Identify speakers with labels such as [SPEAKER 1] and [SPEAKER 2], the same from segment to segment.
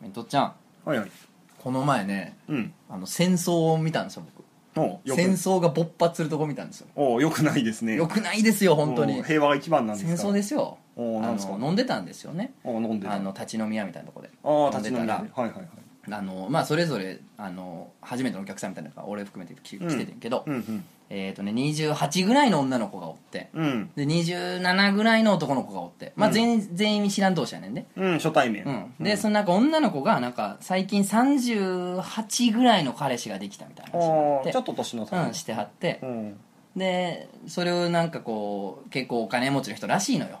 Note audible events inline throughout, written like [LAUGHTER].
[SPEAKER 1] メントちゃん
[SPEAKER 2] はいはい
[SPEAKER 1] この前ね
[SPEAKER 2] うん
[SPEAKER 1] あの戦争を見たんですよ僕
[SPEAKER 2] おうよ
[SPEAKER 1] 戦
[SPEAKER 2] く
[SPEAKER 1] 争が勃発するとこ見たんですよ
[SPEAKER 2] おうよくないですね
[SPEAKER 1] よくないですよ本当
[SPEAKER 2] おう
[SPEAKER 1] に
[SPEAKER 2] 平和が一番なんです
[SPEAKER 1] 戦
[SPEAKER 2] か
[SPEAKER 1] 争ですよあ
[SPEAKER 2] おうなんですか
[SPEAKER 1] の飲んでたんですよね
[SPEAKER 2] おう飲んでる
[SPEAKER 1] あの立ち飲み屋みたいなとこで
[SPEAKER 2] ああ
[SPEAKER 1] 飲ん
[SPEAKER 2] 立
[SPEAKER 1] で
[SPEAKER 2] ち飲
[SPEAKER 1] た
[SPEAKER 2] みで
[SPEAKER 1] ら
[SPEAKER 2] はいはいはい
[SPEAKER 1] あのまあそれぞれあの初めてのお客さんみたいなのが俺含めてき来ててんけど、
[SPEAKER 2] うんうん
[SPEAKER 1] えっ、とね28ぐらいの女の子がおって
[SPEAKER 2] うん
[SPEAKER 1] で27ぐらいの男の子がおって、まあ、
[SPEAKER 2] うん
[SPEAKER 1] 全員全員知らん同士やねんね、
[SPEAKER 2] うん初対面
[SPEAKER 1] うん、でそのなんか女の子がなんか最近38ぐらいの彼氏ができたみたいな話に
[SPEAKER 2] ああち
[SPEAKER 1] なっ
[SPEAKER 2] ょっと年の
[SPEAKER 1] て、
[SPEAKER 2] 差
[SPEAKER 1] うん、してはって
[SPEAKER 2] うん
[SPEAKER 1] でそれをなんかこう結構お金持ちの人らしいのよ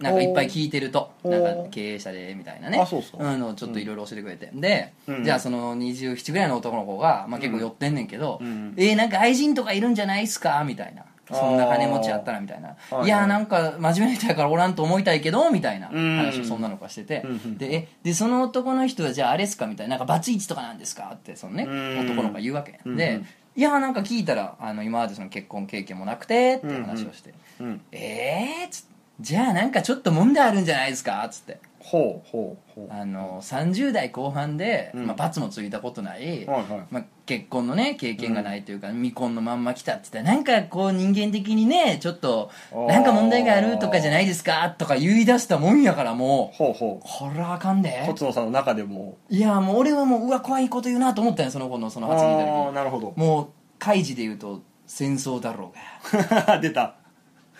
[SPEAKER 1] なんかいっぱい聞いてると
[SPEAKER 2] お
[SPEAKER 1] な
[SPEAKER 2] ー
[SPEAKER 1] んか経営者でみたいなね
[SPEAKER 2] あそうっすか
[SPEAKER 1] んのちょっといろいろ教えてくれて、で、
[SPEAKER 2] うん
[SPEAKER 1] じゃあその27ぐらいの男の子が、まあ、結構寄ってんねんけど、
[SPEAKER 2] うん
[SPEAKER 1] えー、なんか愛人とかいるんじゃないっすかみたいなそんな金持ちやったらみたいな、
[SPEAKER 2] はいはい
[SPEAKER 1] い、やなんか真面目な人やからおらんと思いたいけどみたいな話
[SPEAKER 2] う
[SPEAKER 1] を
[SPEAKER 2] ん
[SPEAKER 1] そんなのがしてて、
[SPEAKER 2] うんうん
[SPEAKER 1] でえでその男の人はじゃああれっすかみたいななんかバツイチとかなんですかってそのね、
[SPEAKER 2] うん
[SPEAKER 1] 男の子が言うわけ、
[SPEAKER 2] うんうん
[SPEAKER 1] でいやなんか聞いたらあの今までその結婚経験もなくてって話をして、
[SPEAKER 2] うん
[SPEAKER 1] えー、つじゃあなんかちょっと問題あるんじゃないですかっつって
[SPEAKER 2] ほうほうほう
[SPEAKER 1] あの30代後半で、
[SPEAKER 2] うん
[SPEAKER 1] まあ、罰もついたことない、
[SPEAKER 2] はいはい
[SPEAKER 1] まあ、結婚のね経験がないというか、未婚のまんま来たって言ってなんかこう人間的にねちょっと
[SPEAKER 2] あー
[SPEAKER 1] なんか問題があるとかじゃないですかとか言い出したもんやからもう
[SPEAKER 2] ほうほ
[SPEAKER 1] これはあかん
[SPEAKER 2] う
[SPEAKER 1] で
[SPEAKER 2] コツノさんの中でも
[SPEAKER 1] いやもう俺はもううわ怖いこと言うなと思ったよその子のその
[SPEAKER 2] あ
[SPEAKER 1] 発言見た時
[SPEAKER 2] あーなるほど
[SPEAKER 1] もう開示で言うと戦争だろうが
[SPEAKER 2] [LAUGHS] 出た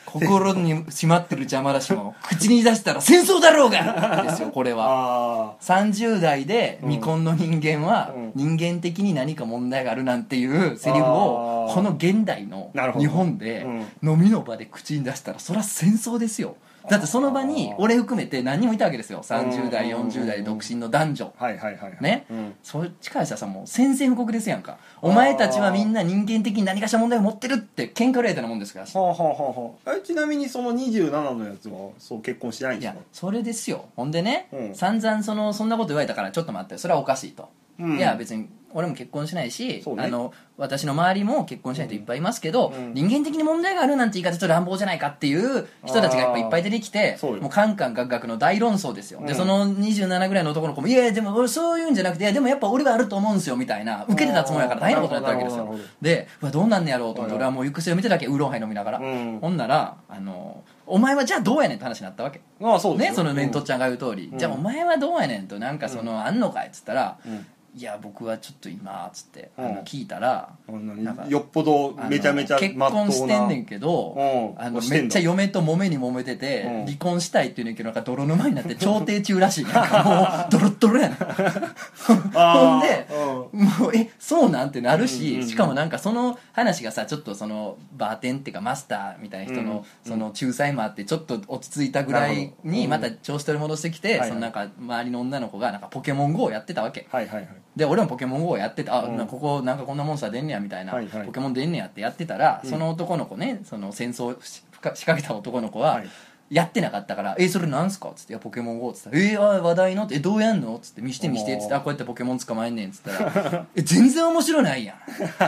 [SPEAKER 1] 心にしまってる邪魔だしも口に出したら戦争だろうがですよこれは
[SPEAKER 2] あ
[SPEAKER 1] 30代で未婚の人間は
[SPEAKER 2] うん
[SPEAKER 1] 人間的に何か問題があるなんていうセリフを
[SPEAKER 2] あー
[SPEAKER 1] この現代の
[SPEAKER 2] なるほど
[SPEAKER 1] 日本で飲みの場で口に出したらそりゃ戦争ですよだってその場に俺含めて何人もいたわけですよ30代
[SPEAKER 2] うん
[SPEAKER 1] 40代独身の男女
[SPEAKER 2] あはいはいはいはい
[SPEAKER 1] ね
[SPEAKER 2] うん
[SPEAKER 1] そっちからしたらさもう宣戦布告ですやんかお前たちはみんな人間的に何かしら問題を持ってるって喧嘩売られたようなもんですから
[SPEAKER 2] はあはあはあはあえちなみにその27のやつはそう結婚してないん
[SPEAKER 1] い
[SPEAKER 2] です
[SPEAKER 1] や
[SPEAKER 2] か
[SPEAKER 1] それですよほんでね、
[SPEAKER 2] うん
[SPEAKER 1] 散々そのそんなこと言われたからちょっと待ってそれはおかしいと、
[SPEAKER 2] うん
[SPEAKER 1] いや別に俺も結婚しないし、
[SPEAKER 2] そうね
[SPEAKER 1] あの私の周りも結婚しない人いっぱいいますけど、
[SPEAKER 2] うん
[SPEAKER 1] 人間的に問題があるなんて言い方ちょっと乱暴じゃないかっていう人たちがやっぱいっぱい出てきて
[SPEAKER 2] あーそうよ
[SPEAKER 1] もうカンカンガクガクの大論争ですよ、
[SPEAKER 2] う
[SPEAKER 1] で
[SPEAKER 2] ん
[SPEAKER 1] その27ぐらいの男の子も「いやいやでも俺そういうんじゃなくていやでもやっぱ俺はあると思うんですよ」みたいな受けてたつもりだから大変なことになったわけです
[SPEAKER 2] な
[SPEAKER 1] よ
[SPEAKER 2] るほどなる
[SPEAKER 1] でうわどうなんねやろうと思っ
[SPEAKER 2] はい
[SPEAKER 1] て
[SPEAKER 2] はい
[SPEAKER 1] 俺はもう行く末を見てるだけウーロンハイ飲みながら、
[SPEAKER 2] うん
[SPEAKER 1] ほんならあのお前はじゃあどうやねんって話になったわけ
[SPEAKER 2] ああそうです
[SPEAKER 1] ね、
[SPEAKER 2] よ
[SPEAKER 1] そのメント
[SPEAKER 2] うん
[SPEAKER 1] ちゃんが言う通り、
[SPEAKER 2] うん
[SPEAKER 1] じゃあお前はどうやねんとなんかその、あんのかいっつったら、
[SPEAKER 2] うん
[SPEAKER 1] いや僕はちょっと今っつって、あ
[SPEAKER 2] うん
[SPEAKER 1] の聞いたら
[SPEAKER 2] あんな
[SPEAKER 1] なんか
[SPEAKER 2] によっぽど
[SPEAKER 1] あの
[SPEAKER 2] めちゃめちゃ
[SPEAKER 1] 結
[SPEAKER 2] まっとうな
[SPEAKER 1] 婚してんねんけど、
[SPEAKER 2] うん
[SPEAKER 1] あの
[SPEAKER 2] してん
[SPEAKER 1] め
[SPEAKER 2] の
[SPEAKER 1] っちゃ嫁と揉めに揉めてて、
[SPEAKER 2] うん
[SPEAKER 1] 離婚したいって言うねんけどなんか泥沼にな
[SPEAKER 2] [LAUGHS]
[SPEAKER 1] って調停中らしいなんかもうドロッドロやなほん
[SPEAKER 2] あ
[SPEAKER 1] で
[SPEAKER 2] ーうん
[SPEAKER 1] もうえそうなんてなるし、
[SPEAKER 2] うんうんうん
[SPEAKER 1] しかもなんかその話がさちょっとそのバーテンっていうかマスターみたいな人
[SPEAKER 2] うんう
[SPEAKER 1] の
[SPEAKER 2] ん,、
[SPEAKER 1] その仲裁もあってちょっと落ち着いたぐらい
[SPEAKER 2] なるほ
[SPEAKER 1] に
[SPEAKER 2] ど
[SPEAKER 1] また調子取り戻してきて、
[SPEAKER 2] はいはい
[SPEAKER 1] そのなんか周りの女の子がなんかポケモン GO をやってたわけ
[SPEAKER 2] はいはいはい
[SPEAKER 1] で俺もポケモン GO をやっててあ、
[SPEAKER 2] うん
[SPEAKER 1] なんかここなんかこんなモンスター出んねやみたいな、
[SPEAKER 2] はいはい
[SPEAKER 1] ポケモン出んねやってやってたら、
[SPEAKER 2] うん
[SPEAKER 1] その男の子ねその戦争をし仕掛けた男の子は、
[SPEAKER 2] はい
[SPEAKER 1] やってなかったから「えそれなんすか?」っつって「いやポケモン GO」っつったら「えあ話題の?」って「えどうやんの?」っつって「見して見して」っつって「
[SPEAKER 2] おー
[SPEAKER 1] あこうやってポケモン捕まえんねん」っつったら [LAUGHS] 「え全然面白ないやん」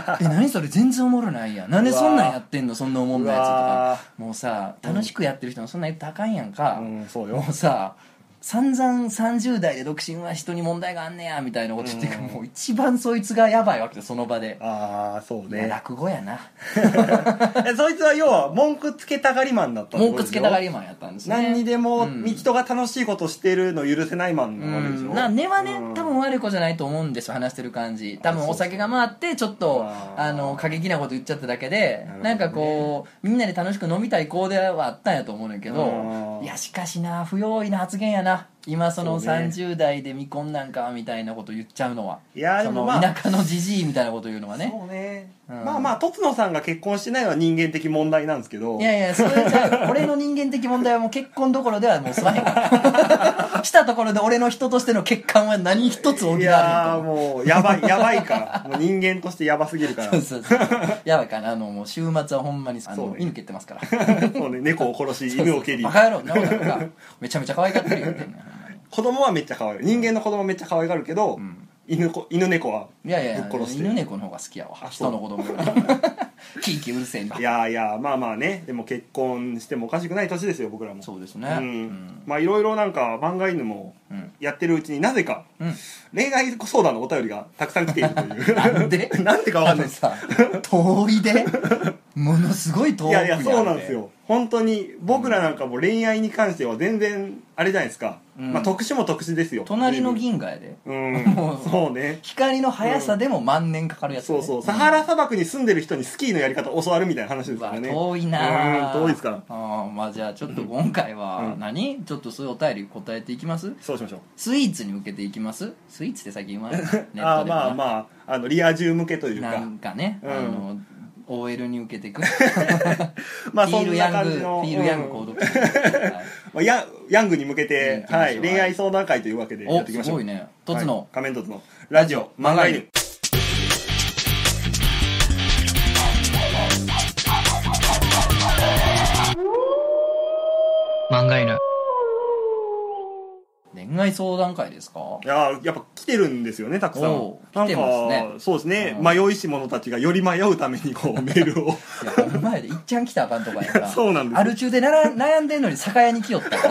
[SPEAKER 1] 「え何それ全然おもろないやん」「なんでそんなんやってんのそんなおもんないやつ」と
[SPEAKER 2] うわ
[SPEAKER 1] かもうさ楽しくやってる人のそんなん言ったらあかんやんか、
[SPEAKER 2] うんそうよ
[SPEAKER 1] もうさ散々30代で独身は人に問題があんねやみたいなこと言ってるから
[SPEAKER 2] うん
[SPEAKER 1] もう一番そいつがやばいわけでその場で、
[SPEAKER 2] ああそう
[SPEAKER 1] いや
[SPEAKER 2] ね
[SPEAKER 1] 落語やな
[SPEAKER 2] えそいつは要は文句つけたがりマンだったって
[SPEAKER 1] 文
[SPEAKER 2] こ
[SPEAKER 1] 句
[SPEAKER 2] とで
[SPEAKER 1] つ
[SPEAKER 2] すよ
[SPEAKER 1] けたがりマンやったんですね
[SPEAKER 2] 何にで
[SPEAKER 1] う
[SPEAKER 2] も
[SPEAKER 1] ん
[SPEAKER 2] 人が楽しいことしてるの許せないマンなわけでしょ
[SPEAKER 1] な根はね、
[SPEAKER 2] うん
[SPEAKER 1] 多分悪い子じゃないと思うんですよ話してる感じ多分お酒が回ってちょっとあ
[SPEAKER 2] あー
[SPEAKER 1] の過激なこと言っちゃっただけで
[SPEAKER 2] なる
[SPEAKER 1] な,、
[SPEAKER 2] ほどね
[SPEAKER 1] んかこうみんなで楽しく飲みたい子ではあったんやと思うんやけど
[SPEAKER 2] うん
[SPEAKER 1] いやしかしな不用意な発言やな今その
[SPEAKER 2] そうね
[SPEAKER 1] 30代で未婚なんかみたいなこと言っちゃうのはい
[SPEAKER 2] やー
[SPEAKER 1] そ
[SPEAKER 2] で
[SPEAKER 1] の
[SPEAKER 2] もまあ
[SPEAKER 1] 田舎のじじいみたいなこと言うのはね
[SPEAKER 2] そうね
[SPEAKER 1] うん
[SPEAKER 2] まあまあとつのさんが結婚してないのは人間的問題なんですけど
[SPEAKER 1] いやいやそれじゃあ俺の人間的問題はもう結婚どころではもうすまへんから [LAUGHS] したところで俺の人としての欠陥は何一つ補われへんと思う
[SPEAKER 2] いやーもうやばいやばいからもう人間としてやばすぎるから
[SPEAKER 1] そうそうそうやばいかなあのもう週末はほんまにあ
[SPEAKER 2] そう
[SPEAKER 1] の
[SPEAKER 2] ね
[SPEAKER 1] 犬蹴ってますから
[SPEAKER 2] [LAUGHS] そうね猫を殺し犬を蹴り
[SPEAKER 1] バカ野郎ななんかめちゃめちゃ可愛がってるよみたいな
[SPEAKER 2] 子供はめっちゃ可愛い人間の子供はめっちゃ可愛がるけど、
[SPEAKER 1] ん
[SPEAKER 2] 犬子犬猫はい
[SPEAKER 1] やいや
[SPEAKER 2] ぶっ殺して
[SPEAKER 1] 犬猫の方が好きやわ
[SPEAKER 2] あそ
[SPEAKER 1] 人
[SPEAKER 2] う [LAUGHS]
[SPEAKER 1] の子供よりキーキーうるせえみたい
[SPEAKER 2] い
[SPEAKER 1] な
[SPEAKER 2] やいやまあまあねでも結婚してもおかしくない年ですよ僕らも
[SPEAKER 1] そうです
[SPEAKER 2] う
[SPEAKER 1] ね
[SPEAKER 2] んまあいろいろなんか番外犬も
[SPEAKER 1] うん
[SPEAKER 2] やってるうちになぜか
[SPEAKER 1] うん
[SPEAKER 2] 恋愛相談のお便りがたくさん来ているという
[SPEAKER 1] なんで
[SPEAKER 2] [LAUGHS] なんでかわかんない
[SPEAKER 1] あの
[SPEAKER 2] です
[SPEAKER 1] さ遠いでものすごい遠く
[SPEAKER 2] い
[SPEAKER 1] にあ
[SPEAKER 2] や
[SPEAKER 1] る
[SPEAKER 2] いやそうなんですよ本当に僕らなんかもう恋愛に関しては全然あれじゃないですか、
[SPEAKER 1] うん
[SPEAKER 2] まあ特殊も特殊ですよ
[SPEAKER 1] 隣の銀河やで
[SPEAKER 2] うん
[SPEAKER 1] もう
[SPEAKER 2] そうね
[SPEAKER 1] 光の速さでも万年かかるやつね、
[SPEAKER 2] そうそうサハラ砂漠に住んでる人にスキーのやり方を教わるみたいな話です
[SPEAKER 1] う
[SPEAKER 2] か
[SPEAKER 1] わ
[SPEAKER 2] らね
[SPEAKER 1] 遠いなあ
[SPEAKER 2] うん遠いですから
[SPEAKER 1] あーまあじゃあちょっと今回は
[SPEAKER 2] うん
[SPEAKER 1] 何、ちょっとそういうお便り答えていきます
[SPEAKER 2] そうしましょう
[SPEAKER 1] スイーツに向けていきますスイーツって最
[SPEAKER 2] [LAUGHS]
[SPEAKER 1] 近言わないネットでもな
[SPEAKER 2] あーまあまああのリア充向けというか
[SPEAKER 1] なんかね、
[SPEAKER 2] うん
[SPEAKER 1] あの OL に受けてく
[SPEAKER 2] [LAUGHS] まあ
[SPEAKER 1] フ
[SPEAKER 2] そ
[SPEAKER 1] ィール
[SPEAKER 2] ん
[SPEAKER 1] ヤ
[SPEAKER 2] な
[SPEAKER 1] ン
[SPEAKER 2] 感
[SPEAKER 1] グ
[SPEAKER 2] じ
[SPEAKER 1] フ
[SPEAKER 2] の
[SPEAKER 1] ィールヤング
[SPEAKER 2] うん
[SPEAKER 1] 購読者、はい
[SPEAKER 2] まあ、ヤヤングに向けて
[SPEAKER 1] 行、きましょう
[SPEAKER 2] はい、恋愛相談会というわけでやっていき
[SPEAKER 1] お
[SPEAKER 2] ますしょう
[SPEAKER 1] ごいねとつ
[SPEAKER 2] はい
[SPEAKER 1] の、
[SPEAKER 2] 仮面凸のラジオ漫画犬
[SPEAKER 3] 漫画犬。
[SPEAKER 1] 恋愛相談会ですか
[SPEAKER 2] いやーやっぱ来てるんですよねたくさん
[SPEAKER 1] おう
[SPEAKER 2] なん
[SPEAKER 1] 来てますね
[SPEAKER 2] かそうですね、
[SPEAKER 1] うん
[SPEAKER 2] 迷いし者たちがより迷うためにこうメール
[SPEAKER 1] い
[SPEAKER 2] を
[SPEAKER 1] やほんまやでいっちゃん来たらあかんとかやから
[SPEAKER 2] [LAUGHS] そうなんですよ
[SPEAKER 1] ある中でなら悩んでんのに酒屋に来よったか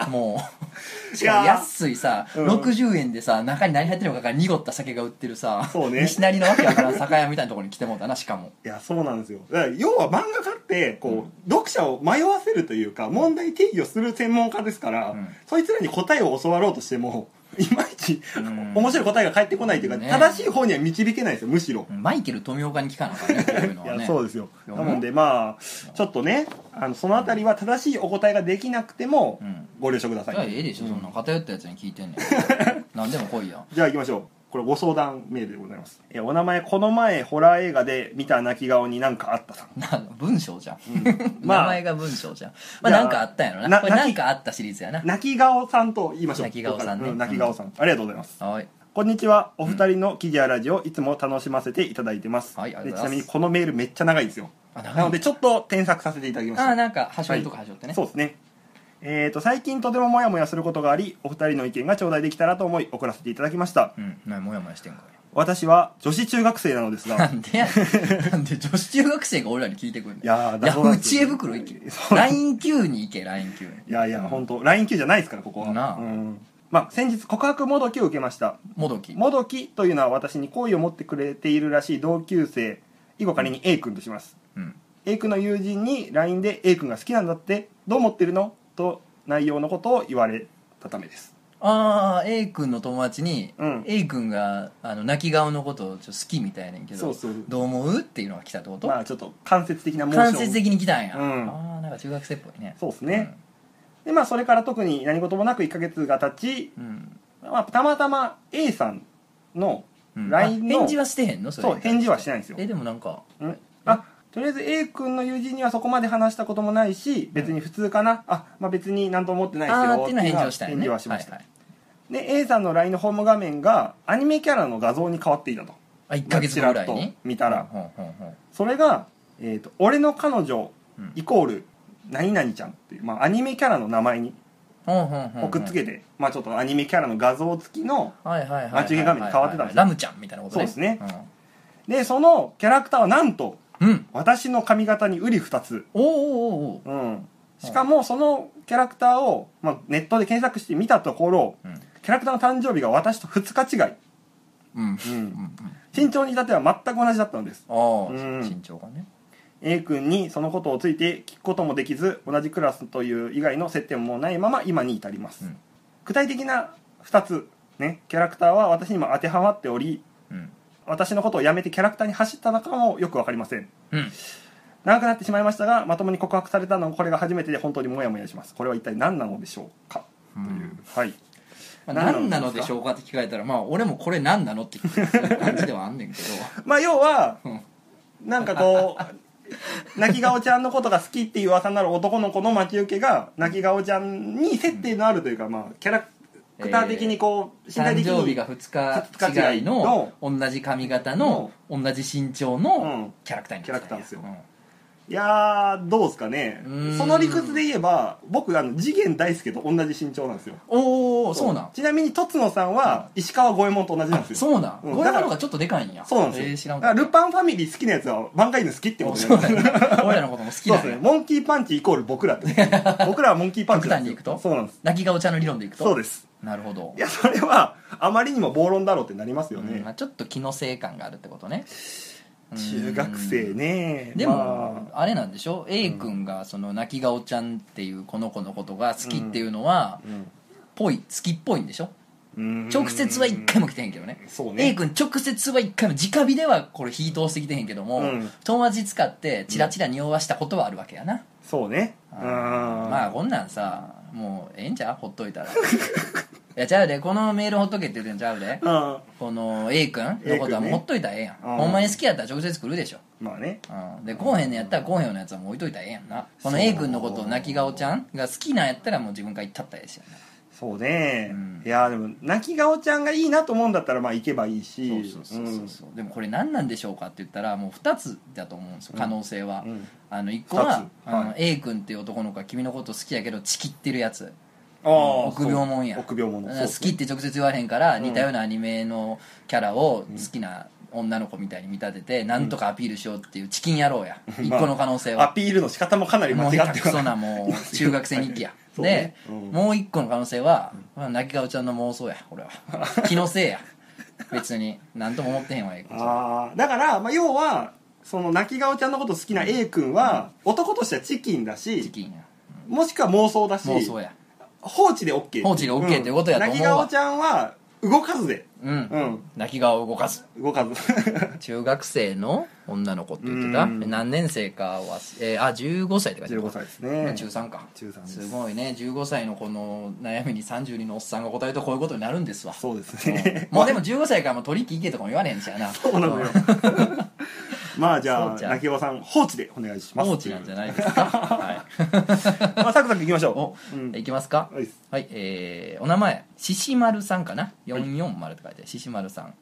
[SPEAKER 1] ら [LAUGHS] もうしかも
[SPEAKER 2] いやー
[SPEAKER 1] 安いさ、
[SPEAKER 2] うん
[SPEAKER 1] 60円でさ中に何入ってるのかから濁った酒が売ってるさ
[SPEAKER 2] そうね
[SPEAKER 1] 西成のわけわからん酒屋みたいなところに来てもうたなしかも
[SPEAKER 2] いやそうなんですよだから要は漫画家ってこう、読者を迷わせるというか問題定義をする専門家ですから、
[SPEAKER 1] うん
[SPEAKER 2] そいつらに答えを教わろうとしても [LAUGHS] いまいち、
[SPEAKER 1] ん
[SPEAKER 2] 面白い答えが返ってこないというか、
[SPEAKER 1] ね
[SPEAKER 2] 正しい方には導けないですよむしろ、
[SPEAKER 1] マイケル富岡に聞かなあかんねこういうの
[SPEAKER 2] [LAUGHS] い
[SPEAKER 1] は
[SPEAKER 2] や
[SPEAKER 1] ね
[SPEAKER 2] そうですよ
[SPEAKER 1] よ
[SPEAKER 2] な
[SPEAKER 1] ね
[SPEAKER 2] のでまあちょっとねあのそのあたりは正しいお答えができなくても
[SPEAKER 1] うん
[SPEAKER 2] ご了承くださ
[SPEAKER 1] じゃあ
[SPEAKER 2] い
[SPEAKER 1] ええでしょ、そんな偏ったやつに聞いてんねん
[SPEAKER 2] [LAUGHS]
[SPEAKER 1] 何でも来いや
[SPEAKER 2] じゃあ行きましょうこれご相談メールでございますえお名前この前ホラー映画で見た泣き顔になんかあったさん
[SPEAKER 1] な文章じゃん、
[SPEAKER 2] まあ
[SPEAKER 1] 名前が文章じゃんまあ
[SPEAKER 2] じゃあ
[SPEAKER 1] なんかあったんやろな
[SPEAKER 2] な
[SPEAKER 1] これなんかあったシリーズやな
[SPEAKER 2] 泣き顔さんと言いましょう
[SPEAKER 1] 泣き顔さんね
[SPEAKER 2] う泣き顔さん、ありがとうございます
[SPEAKER 1] はい
[SPEAKER 2] こんにちはお二人のキギアラジオいつも楽しませていただいてます、
[SPEAKER 1] はいあり
[SPEAKER 2] で
[SPEAKER 1] が
[SPEAKER 2] ち
[SPEAKER 1] とうございます
[SPEAKER 2] なみにこのメールめっちゃ長いんですよ
[SPEAKER 1] あ長い
[SPEAKER 2] なのでちょっと添削させていただきました
[SPEAKER 1] ああなんか端折りとか端折ってね、
[SPEAKER 2] そうですねえー、と最近とてもモヤモヤすることがありお二人の意見が頂戴できたらと思い送らせていただきました
[SPEAKER 1] うんなもやもやしてんか
[SPEAKER 2] 私は女子中学生なのです
[SPEAKER 1] いな [LAUGHS]
[SPEAKER 2] が
[SPEAKER 1] んでやねんなんで女子中学生が俺らに聞いてくんねん
[SPEAKER 2] いやー
[SPEAKER 1] ヤ
[SPEAKER 2] だ
[SPEAKER 1] フ
[SPEAKER 2] そうなん
[SPEAKER 1] ー
[SPEAKER 2] です
[SPEAKER 1] 知
[SPEAKER 2] よ
[SPEAKER 1] 恵袋行け
[SPEAKER 2] そう
[SPEAKER 1] LINEQ に行け LINEQ に
[SPEAKER 2] いやいや本当 LINE 級じゃないですからここは
[SPEAKER 1] なあ
[SPEAKER 2] うんまあ、先日告白もどきを受けました
[SPEAKER 1] もどき
[SPEAKER 2] もどきというのは私に好意を持ってくれているらしい同級生以後仮に A 君とします
[SPEAKER 1] うん
[SPEAKER 2] A 君の友人に LINE で A 君が好きなんだってどう思ってるのと内容のことを言われたためです
[SPEAKER 1] ああ A 君の友達に、
[SPEAKER 2] うん
[SPEAKER 1] A 君があの泣き顔のことをちょっと好きみたいねんけど
[SPEAKER 2] そうそう
[SPEAKER 1] どう思うっていうのが来たってこと、
[SPEAKER 2] まあちょっと間接的なモーション
[SPEAKER 1] 間接的に来たんや、
[SPEAKER 2] うん
[SPEAKER 1] ああなんか中学生っぽいね
[SPEAKER 2] そうですね、でまあそれから特に何事もなく1ヶ月が経ち、
[SPEAKER 1] うん、うん
[SPEAKER 2] まあ、たまたま A さんの
[SPEAKER 1] うん
[SPEAKER 2] LINE の、
[SPEAKER 1] あ返事はしてへんのそれ
[SPEAKER 2] そう返事はしてないんですよ
[SPEAKER 1] えでもなんか
[SPEAKER 2] んあとりあえず A 君の友人にはそこまで話したこともないし別に普通かな、あまあ別に何とも思ってないですよ
[SPEAKER 1] ああーっていうのは返事をしたんやね
[SPEAKER 2] 返事はしました、
[SPEAKER 1] はい
[SPEAKER 2] で A さんの LINE のホーム画面がアニメキャラの画像に変わっていたと
[SPEAKER 1] はい、あ1ヶ月後ぐらい
[SPEAKER 2] ちらっ
[SPEAKER 1] に
[SPEAKER 2] と見たら
[SPEAKER 1] ほんほんほん
[SPEAKER 2] それが、えーと「俺の彼女
[SPEAKER 1] うん
[SPEAKER 2] イコール何々ちゃん」っていう、まあ、アニメキャラの名前に
[SPEAKER 1] ほんほんほんほん
[SPEAKER 2] くっつけて、まあちょっとアニメキャラの画像付きの
[SPEAKER 1] はいはいはいはい
[SPEAKER 2] 待ち受け画面に変わってたんですよ
[SPEAKER 1] ラムちゃんみたいなことね
[SPEAKER 2] そうですねでそのキャラクターはなんと
[SPEAKER 1] うん、うん、
[SPEAKER 2] 私の髪型にウリ二つ、
[SPEAKER 1] おーおーおーおー
[SPEAKER 2] うん、しかもそのキャラクターを、まあ、ネットで検索して見たところ
[SPEAKER 1] うん
[SPEAKER 2] キャラクターの誕生日が私と2日違い、
[SPEAKER 1] うんうん
[SPEAKER 2] うん、
[SPEAKER 1] うん
[SPEAKER 2] 身長に至っては全く同じだったのです
[SPEAKER 1] ああ、
[SPEAKER 2] うん
[SPEAKER 1] 身長がね
[SPEAKER 2] A 君にそのことをついて聞くこともできず同じクラスという以外の接点もないまま今に至ります、
[SPEAKER 1] うん
[SPEAKER 2] 具体的な2つねキャラクターは私にも当てはまっており
[SPEAKER 1] うん
[SPEAKER 2] 私のことをやめてキャラクターに走ったのかもよく分かりません
[SPEAKER 1] うん
[SPEAKER 2] 長くなってしまいましたがまともに告白されたのもこれが初めてで本当にモヤモヤしますこれは一体何なのでしょうか
[SPEAKER 1] う
[SPEAKER 2] というんはい
[SPEAKER 1] まあ何なのでしょうかって聞かれたらまあ俺もこれ何なのって聞く感じではあんねんけど
[SPEAKER 2] まあ要は
[SPEAKER 1] うん
[SPEAKER 2] なんかこう泣き顔ちゃんのことが好きっていう噂になる男の子の待ち受けが泣き顔ちゃんに接点のあるというか、まあ、キャラクター的にこう、身
[SPEAKER 1] 誕
[SPEAKER 2] 体的に
[SPEAKER 1] 生日が2日違いの同じ髪型の同じ身長のキャラクターになってたんや
[SPEAKER 2] キャラクターですよ
[SPEAKER 1] うん
[SPEAKER 2] いやーどうですかね
[SPEAKER 1] うーん
[SPEAKER 2] その理屈で言えば僕あの次元大輔と同じ身長なんですよ
[SPEAKER 1] おおそうなん
[SPEAKER 2] ちなみにとつのさんは石川五右衛門と同じなんですよ
[SPEAKER 1] そうなん
[SPEAKER 2] うん
[SPEAKER 1] 五右衛門の方がちょっとでかいんや
[SPEAKER 2] そうなんですよ、
[SPEAKER 1] えー知らん
[SPEAKER 2] だか
[SPEAKER 1] から
[SPEAKER 2] ルパンファミリー好きなやつは漫画犬好きってこ
[SPEAKER 1] お
[SPEAKER 2] とじゃ
[SPEAKER 1] そ
[SPEAKER 2] な
[SPEAKER 1] う
[SPEAKER 2] い
[SPEAKER 1] だ
[SPEAKER 2] ですか
[SPEAKER 1] ね俺らのことも好き
[SPEAKER 2] [LAUGHS] そう
[SPEAKER 1] だ
[SPEAKER 2] ですね
[SPEAKER 1] ね
[SPEAKER 2] モンキーパンチイコール僕らってことですね
[SPEAKER 1] [LAUGHS]
[SPEAKER 2] 僕らはモンキーパンチ
[SPEAKER 1] 極
[SPEAKER 2] な
[SPEAKER 1] 端
[SPEAKER 2] ん
[SPEAKER 1] に
[SPEAKER 2] で
[SPEAKER 1] い
[SPEAKER 2] す
[SPEAKER 1] く
[SPEAKER 2] よ
[SPEAKER 1] と
[SPEAKER 2] そうなんです
[SPEAKER 1] 泣き顔茶の理論でいくと
[SPEAKER 2] そうです
[SPEAKER 1] なるほど
[SPEAKER 2] いやそれはあまりにも暴論だろうってなりますよ
[SPEAKER 1] うん
[SPEAKER 2] ね
[SPEAKER 1] ま、あ、ちょっと気のせい感があるってことねうん
[SPEAKER 2] 中学生ね
[SPEAKER 1] でも、
[SPEAKER 2] まあ
[SPEAKER 1] あ、れなんでしょ A 君がその泣き顔ちゃんっていうこの子のことが好きっていうのは、ぽい好きっぽいんでしょ
[SPEAKER 2] うん
[SPEAKER 1] 直接は一回も来てへんけどね
[SPEAKER 2] そうね
[SPEAKER 1] A 君直接は一回も直火ではこれ火通してきてへんけども、
[SPEAKER 2] うん
[SPEAKER 1] 友達使ってチラチラ匂わしたことはあるわけやな、
[SPEAKER 2] そうねうん
[SPEAKER 1] まあこんなんさもうええんちゃうほっといたら [LAUGHS] いやちゃうでこのメールほっとけって言ってんちゃうで
[SPEAKER 2] うん
[SPEAKER 1] この A 君のことはもうほっといたらええやん、
[SPEAKER 2] うん
[SPEAKER 1] ほんまに好きやったら直接来るでしょ
[SPEAKER 2] まあね
[SPEAKER 1] うんでこうへんのやったらこうへんのやつはもう置いといたらええやんなこの A 君のことを泣き顔ちゃんが好きなんやったらもう自分から言ったったらええしよね
[SPEAKER 2] そうね、
[SPEAKER 1] うん
[SPEAKER 2] いやでも泣き顔ちゃんがいいなと思うんだったらまあ行けばいいし
[SPEAKER 1] そうそうそうそう、でもこれ何なんでしょうかって言ったらもう2つだと思うんですよ可能性は、
[SPEAKER 2] うんうん
[SPEAKER 1] あの1個は
[SPEAKER 2] 二つ
[SPEAKER 1] あの
[SPEAKER 2] は
[SPEAKER 1] A 君っていう男の子が君のこと好きやけどチキってるやつ
[SPEAKER 2] あー
[SPEAKER 1] 臆病もんや
[SPEAKER 2] そう臆病もん
[SPEAKER 1] だ
[SPEAKER 2] そ
[SPEAKER 1] か
[SPEAKER 2] う
[SPEAKER 1] ら
[SPEAKER 2] そう
[SPEAKER 1] 好きって直接言わへんから
[SPEAKER 2] ん
[SPEAKER 1] 似たようなアニメのキャラを好きな女の子みたいに見立ててなんとかアピールしようっていうチキン野郎や
[SPEAKER 2] うん
[SPEAKER 1] 1個の可能性
[SPEAKER 2] ア
[SPEAKER 1] は
[SPEAKER 2] ピールの仕方もかなり間
[SPEAKER 1] もう
[SPEAKER 2] 違
[SPEAKER 1] 下
[SPEAKER 2] っ
[SPEAKER 1] 手
[SPEAKER 2] て
[SPEAKER 1] くそ
[SPEAKER 2] る
[SPEAKER 1] なもう中学生日記や
[SPEAKER 2] [LAUGHS] そう
[SPEAKER 1] で
[SPEAKER 2] ねうん
[SPEAKER 1] もう1個の可能性はまあ泣き顔ちゃんの妄想や俺は [LAUGHS] 気のせいや別に何とも思ってへんわええこと
[SPEAKER 2] ああだから、まあ、要はその泣き顔ちゃんのこと好きな A 君は、男としてはチキンだ
[SPEAKER 1] チ
[SPEAKER 2] し
[SPEAKER 1] キンや
[SPEAKER 2] もしくは妄想だし
[SPEAKER 1] 妄想や
[SPEAKER 2] 放置で OK
[SPEAKER 1] 放置で OK ってことやと思うわ
[SPEAKER 2] 泣き顔ちゃんは動かずで
[SPEAKER 1] う
[SPEAKER 2] うんん
[SPEAKER 1] 泣き顔を動かす
[SPEAKER 2] 動 [LAUGHS] かず
[SPEAKER 1] 中学生の女の子って言ってた
[SPEAKER 2] うん
[SPEAKER 1] 何年生かは、えーあ15歳って書いてた
[SPEAKER 2] 15歳ですね
[SPEAKER 1] 中3か
[SPEAKER 2] 中3です
[SPEAKER 1] すごいね15歳のこの悩みに32のおっさんが答えるとこういうことになるんですわ
[SPEAKER 2] そうですね、
[SPEAKER 1] [LAUGHS]
[SPEAKER 2] [LAUGHS]
[SPEAKER 1] もうでも15歳からもう取り引けとかも言われへんしやな
[SPEAKER 2] そうなのよまあじゃ
[SPEAKER 1] そう
[SPEAKER 2] あ
[SPEAKER 1] じゃん
[SPEAKER 2] 泣き顔さん放置でお願いします
[SPEAKER 1] 放置なんじゃないですかはい
[SPEAKER 2] [LAUGHS] まあサクサクいきまし
[SPEAKER 1] お
[SPEAKER 2] ょう、うん、
[SPEAKER 1] いきますか
[SPEAKER 2] はいっす
[SPEAKER 1] はいえーお名前ししまるさんかな440って書いてししまるさん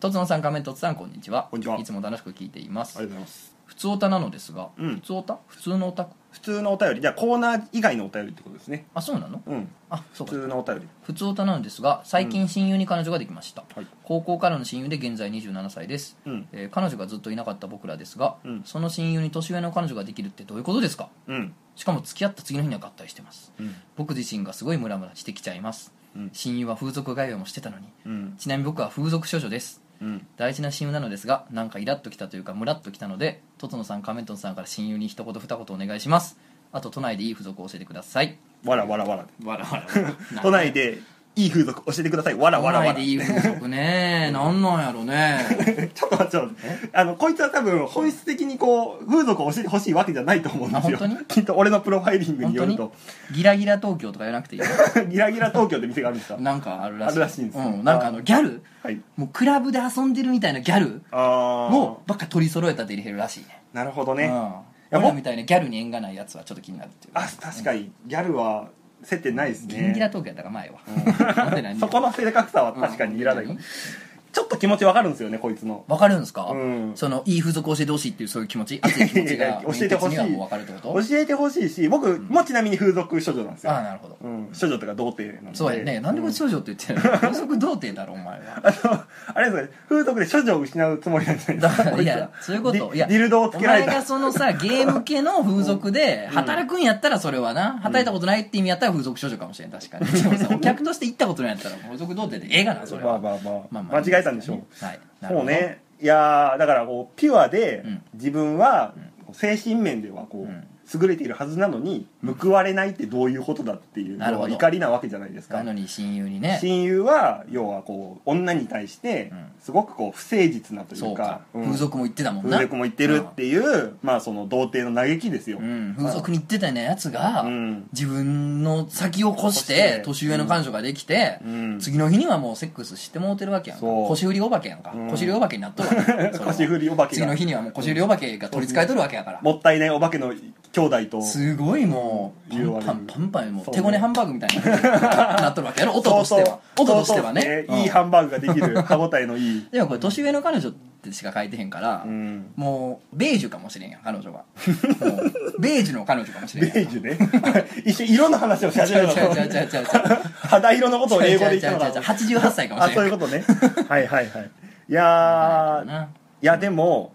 [SPEAKER 1] とつのさん仮面とつさんこんにちは
[SPEAKER 2] こんにちはい
[SPEAKER 1] つも楽しく聞いていま
[SPEAKER 2] ありがとう
[SPEAKER 1] す
[SPEAKER 2] ございます
[SPEAKER 1] 普通おたなのですが
[SPEAKER 2] うん
[SPEAKER 1] 普通おた普通のおた
[SPEAKER 2] 普通のお便りじゃあコーナー以外のお便りってことですね
[SPEAKER 1] あそうなの
[SPEAKER 2] うん
[SPEAKER 1] あそう
[SPEAKER 2] 普
[SPEAKER 1] か
[SPEAKER 2] 通のお便り
[SPEAKER 1] 普通歌なんですが最近親友に彼女ができました、
[SPEAKER 2] はい
[SPEAKER 1] 高校からの親友で現在27歳です、
[SPEAKER 2] うん
[SPEAKER 1] えー彼女がずっといなかった僕らですが、
[SPEAKER 2] うん
[SPEAKER 1] その親友に年上の彼女ができるってどういうことですか
[SPEAKER 2] うん
[SPEAKER 1] しかも付き合った次の日には合体してます、
[SPEAKER 2] うん
[SPEAKER 1] 僕自身がすごいムラムラしてきちゃいます、
[SPEAKER 2] うん
[SPEAKER 1] 親友は風俗通いもしてたのに
[SPEAKER 2] うん
[SPEAKER 1] ちなみに僕は風俗処女です
[SPEAKER 2] うん
[SPEAKER 1] 大事な親友なのですがなんかイラッときたというかムラッときたのでとつのさんカメントンさんから親友に一言二言お願いしますあと都内でいい風俗を教えてください
[SPEAKER 2] わらわらわら
[SPEAKER 1] わらわら [LAUGHS]
[SPEAKER 2] 都内でいい風俗教えてくださいわらわら
[SPEAKER 1] 都
[SPEAKER 2] わ
[SPEAKER 1] 内
[SPEAKER 2] ら
[SPEAKER 1] でいい風俗ねなんなんやろね
[SPEAKER 2] [LAUGHS] ちょっと待ってちょっと待ってあのこいつは多分本質的にこう風俗を教えてほしいわけじゃないと思うんですよ
[SPEAKER 1] あ本当に
[SPEAKER 2] きっと俺のプロファイリング
[SPEAKER 1] 本
[SPEAKER 2] に
[SPEAKER 1] 当
[SPEAKER 2] よる
[SPEAKER 1] に
[SPEAKER 2] と
[SPEAKER 1] ギラギラ東京とか言わなくていい
[SPEAKER 2] ギラギラ東京って店があるんですか
[SPEAKER 1] なんかあるらしい
[SPEAKER 2] あるらしいんです
[SPEAKER 1] うん、なんかあのギャル
[SPEAKER 2] はい
[SPEAKER 1] もうクラブで遊んでるみたいなギャル
[SPEAKER 2] あ
[SPEAKER 1] もばっか取り揃えたで入れるらしいね
[SPEAKER 2] なるほ
[SPEAKER 1] う
[SPEAKER 2] どね
[SPEAKER 1] ん
[SPEAKER 2] や
[SPEAKER 1] 俺
[SPEAKER 2] も
[SPEAKER 1] らみたいなギャルに縁がないやつはちょっと気になるっていう
[SPEAKER 2] あ確かにギャルは接点ないです
[SPEAKER 1] ギンギラ
[SPEAKER 2] ね
[SPEAKER 1] 東京やったから前は、なんで何
[SPEAKER 2] [LAUGHS] そこの正確さは確かにいらない
[SPEAKER 1] うん
[SPEAKER 2] ちょっと気持ちわかるんですよねこいつの
[SPEAKER 1] わかるんですか、
[SPEAKER 2] うん
[SPEAKER 1] そのいい風俗教えてほしいっていうそういう気持ち熱い気持ち
[SPEAKER 2] いやい
[SPEAKER 1] が
[SPEAKER 2] や教えてほし
[SPEAKER 1] 面接に
[SPEAKER 2] い
[SPEAKER 1] はもうわかるってこと
[SPEAKER 2] 教えてほしいし僕もちなみに風俗処女なんです
[SPEAKER 1] ああ
[SPEAKER 2] よ
[SPEAKER 1] なるほど、
[SPEAKER 2] うん処女とか童貞なので
[SPEAKER 1] そうやねなんでこれ少女って言ってるの
[SPEAKER 2] [LAUGHS]
[SPEAKER 1] 風俗童貞だろお前は
[SPEAKER 2] あれですかね風俗で処女を失うつもりなんじゃないで
[SPEAKER 1] だ
[SPEAKER 2] す
[SPEAKER 1] か
[SPEAKER 2] から
[SPEAKER 1] [LAUGHS]
[SPEAKER 2] こ
[SPEAKER 1] い
[SPEAKER 2] つは
[SPEAKER 1] やそういうこと
[SPEAKER 2] ディ
[SPEAKER 1] いや
[SPEAKER 2] ディルドをつけられ
[SPEAKER 1] お前
[SPEAKER 2] た
[SPEAKER 1] がそのさゲーム系の風俗で働くんやったらそれはな、働いたことないって意味やったら風俗少女かもしれん
[SPEAKER 2] [LAUGHS]
[SPEAKER 1] 確かにでもさお客として行ったことないやったら風俗童貞でええがなそれ
[SPEAKER 2] ま
[SPEAKER 1] は、
[SPEAKER 2] あまあまあ間違えたんでしょう
[SPEAKER 1] はいなるほ
[SPEAKER 2] そう
[SPEAKER 1] ど
[SPEAKER 2] ねいやーだからこうピュアで
[SPEAKER 1] うん
[SPEAKER 2] 自分は精神面では
[SPEAKER 1] うん
[SPEAKER 2] こう優れているはずなのに報われないってどういうことだっていう
[SPEAKER 1] なる
[SPEAKER 2] の
[SPEAKER 1] ほ
[SPEAKER 2] は
[SPEAKER 1] ど
[SPEAKER 2] 怒りなわけじゃないですか
[SPEAKER 1] なのに親友にね
[SPEAKER 2] 親友は要はこう女に対して
[SPEAKER 1] うん
[SPEAKER 2] すごくこう不誠実なとい
[SPEAKER 1] そううか
[SPEAKER 2] か、うん
[SPEAKER 1] 風俗も行ってたもんな
[SPEAKER 2] 風俗も言ってるっていうまあその童貞の嘆きですよ、
[SPEAKER 1] うん、風俗に行ってたようなやつが、
[SPEAKER 2] うん
[SPEAKER 1] 自分の先を越し
[SPEAKER 2] 越してて
[SPEAKER 1] 年上の彼女ができて、
[SPEAKER 2] うん
[SPEAKER 1] 次の日にはもうセックスしてもうてるわけやんか
[SPEAKER 2] そう
[SPEAKER 1] 腰振りお化けやんか、
[SPEAKER 2] うん
[SPEAKER 1] 腰振りお化けになっとるわけやん
[SPEAKER 2] [LAUGHS]
[SPEAKER 1] それは
[SPEAKER 2] 腰振りお化けが
[SPEAKER 1] 次の日にはもう腰振りお化けが取り憑えとるわけやから
[SPEAKER 2] もったいないお化けの兄弟と
[SPEAKER 1] すごいもう
[SPEAKER 2] 言われる
[SPEAKER 1] パンパンパンパンも
[SPEAKER 2] そうう
[SPEAKER 1] 手ごねハンバーグみたいになっ [LAUGHS] とるわけやろ音としては
[SPEAKER 2] そうそう
[SPEAKER 1] 音としては
[SPEAKER 2] そう
[SPEAKER 1] ね
[SPEAKER 2] そう
[SPEAKER 1] うん [LAUGHS]
[SPEAKER 2] いいハンバーグができる歯応えのいい
[SPEAKER 1] でもこれ年上の彼女っってしか書いてへんから、
[SPEAKER 2] うん
[SPEAKER 1] もうベージュかもしれんやん彼女はもうベージュの彼女かもしれん
[SPEAKER 2] ベ
[SPEAKER 1] やん
[SPEAKER 2] ージュ
[SPEAKER 1] [LAUGHS]
[SPEAKER 2] ね一瞬色の話をし始めたと思う
[SPEAKER 1] 違う違う違う違う違う
[SPEAKER 2] 肌色のことを英語で言ったのか
[SPEAKER 1] 八十八歳かも
[SPEAKER 2] あ
[SPEAKER 1] しれ
[SPEAKER 2] そう
[SPEAKER 1] ないいう
[SPEAKER 2] ことねはいはいはいいやー
[SPEAKER 1] [LAUGHS]
[SPEAKER 2] い
[SPEAKER 1] な
[SPEAKER 2] やでも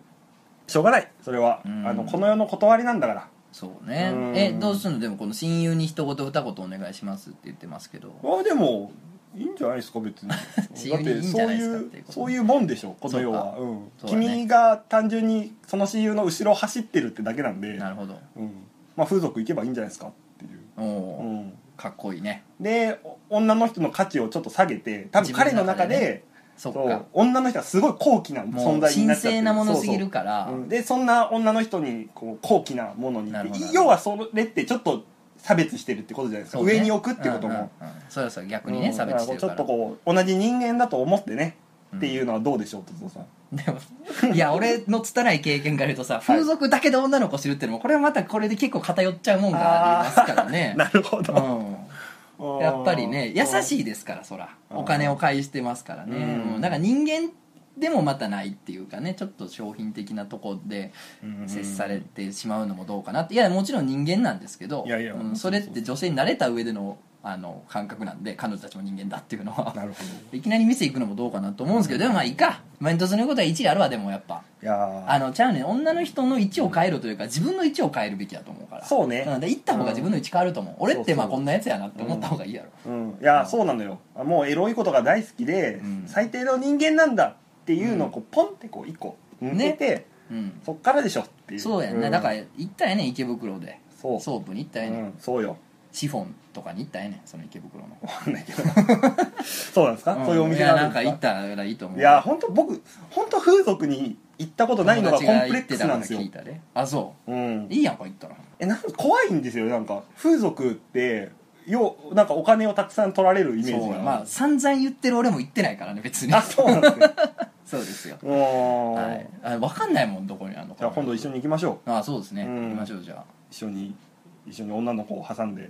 [SPEAKER 2] しょうがないそれは、
[SPEAKER 1] うん
[SPEAKER 2] あのこの世の断りなんだから
[SPEAKER 1] そうね
[SPEAKER 2] うん
[SPEAKER 1] えどうするのでもこの親友に一言二言お願いしますって言ってますけど
[SPEAKER 2] あでもいいんじゃないですか別にだ
[SPEAKER 1] [LAUGHS] 自由にいいんじ
[SPEAKER 2] そ
[SPEAKER 1] ゃ
[SPEAKER 2] う
[SPEAKER 1] ないですか
[SPEAKER 2] い
[SPEAKER 1] っ
[SPEAKER 2] う
[SPEAKER 1] ていうこと
[SPEAKER 2] そういうもんでしょこの世はう、ん
[SPEAKER 1] そうだね
[SPEAKER 2] 君が単純にその親友の後ろを走ってるってだけなんで
[SPEAKER 1] なるほど
[SPEAKER 2] うんまあ、風俗行けばいいんじゃないですかっていう、
[SPEAKER 1] お
[SPEAKER 2] う
[SPEAKER 1] お
[SPEAKER 2] ん、
[SPEAKER 1] かっこいいね
[SPEAKER 2] でお女の人の価値をちょっと下げて多分彼の中で
[SPEAKER 1] 自分の中でそっ
[SPEAKER 2] そう
[SPEAKER 1] か
[SPEAKER 2] 女の人はすごい高貴な
[SPEAKER 1] も
[SPEAKER 2] 存
[SPEAKER 1] う
[SPEAKER 2] 在
[SPEAKER 1] 神
[SPEAKER 2] になっちゃって
[SPEAKER 1] 聖
[SPEAKER 2] る
[SPEAKER 1] なものすぎるから
[SPEAKER 2] そうそううんでそんな女の人にこう高貴なものに
[SPEAKER 1] なるほど
[SPEAKER 2] 要はそれってちょっと差別してるってことじゃないですか、
[SPEAKER 1] そうね
[SPEAKER 2] 上に置くってことも、
[SPEAKER 1] うんうんうんそうそう逆にね
[SPEAKER 2] うん
[SPEAKER 1] 差別してるか
[SPEAKER 2] だ
[SPEAKER 1] ら
[SPEAKER 2] からこうちょっとこう同じ人間だと思ってね、
[SPEAKER 1] うん
[SPEAKER 2] っていうのはどうでしょうとぞさん
[SPEAKER 1] でもいや俺の拙い経験から言うと
[SPEAKER 2] [LAUGHS]
[SPEAKER 1] さ風俗だけで女の子知るってのもこれはまたこれで結構偏っちゃうもんがありますからね
[SPEAKER 2] なるほど、
[SPEAKER 1] うんやっぱりね優
[SPEAKER 2] い
[SPEAKER 1] しいですからそら
[SPEAKER 2] うん
[SPEAKER 1] お金を返してますからね
[SPEAKER 2] うん
[SPEAKER 1] うんだから人間でもまたないっていうかねちょっと商品的なとこで接されてしまうのもどうかなっていやもちろん人間なんですけど
[SPEAKER 2] いやいや
[SPEAKER 1] うんそれって女性に慣れた上でのあの感覚なんで彼女たちも人間だっていうのは
[SPEAKER 2] なるほど
[SPEAKER 1] いきなり店行くのもどうかなと思うんですけどでもまあいいかマインドズの言うことは一理あるわでもやっぱ
[SPEAKER 2] いやー
[SPEAKER 1] あのちゃうねん女の人の位置を変えるというか自分の位置を変えるべきだと思うから
[SPEAKER 2] そうね
[SPEAKER 1] んで行った方が自分の位置変わると思う俺ってまあ
[SPEAKER 2] そうそう
[SPEAKER 1] こんなやつやなって思った方がいいやろ
[SPEAKER 2] うん、い
[SPEAKER 1] う
[SPEAKER 2] や
[SPEAKER 1] ん
[SPEAKER 2] そうなのよもうエロいことが大好きで、
[SPEAKER 1] うん
[SPEAKER 2] 最低の人間なんだっていうのをこうポンってこう一個抜けて、
[SPEAKER 1] うん
[SPEAKER 2] そっからでしょっていう
[SPEAKER 1] そうやんな、
[SPEAKER 2] ん
[SPEAKER 1] だから行ったんやねん池袋で
[SPEAKER 2] そう
[SPEAKER 1] ソープに行ったんやねん、
[SPEAKER 2] うんそうよ
[SPEAKER 1] シフォンとかに行ったんやねんその池袋の、
[SPEAKER 2] わかんないけどそうなんですか、
[SPEAKER 1] ん
[SPEAKER 2] [LAUGHS] そういうお店
[SPEAKER 1] いや
[SPEAKER 2] が
[SPEAKER 1] な
[SPEAKER 2] ある
[SPEAKER 1] ん
[SPEAKER 2] んで
[SPEAKER 1] か
[SPEAKER 2] す
[SPEAKER 1] 行ったらいいと思
[SPEAKER 2] いうや本当僕本当風俗に行ったことないのがコンプレックスなんですよ
[SPEAKER 1] 友達が行ってたから聞いたであそ
[SPEAKER 2] う
[SPEAKER 1] う
[SPEAKER 2] ん
[SPEAKER 1] いいやんか行ったら
[SPEAKER 2] えなんか怖いんですよなんか風俗ってようなんかお金をたくさん取られるイ
[SPEAKER 1] そ
[SPEAKER 2] メージ
[SPEAKER 1] う
[SPEAKER 2] が
[SPEAKER 1] やまあ散々言ってる俺も行ってないからね別に
[SPEAKER 2] あそうなんですね
[SPEAKER 1] [LAUGHS] そうですよ
[SPEAKER 2] うーん、
[SPEAKER 1] はい、あ分かんないもんどこにあるのか
[SPEAKER 2] じゃあ今度一緒に行きましょう
[SPEAKER 1] あそうですね、
[SPEAKER 2] うん
[SPEAKER 1] 行きましょうじゃ
[SPEAKER 2] 一緒に一緒に女の子を挟んで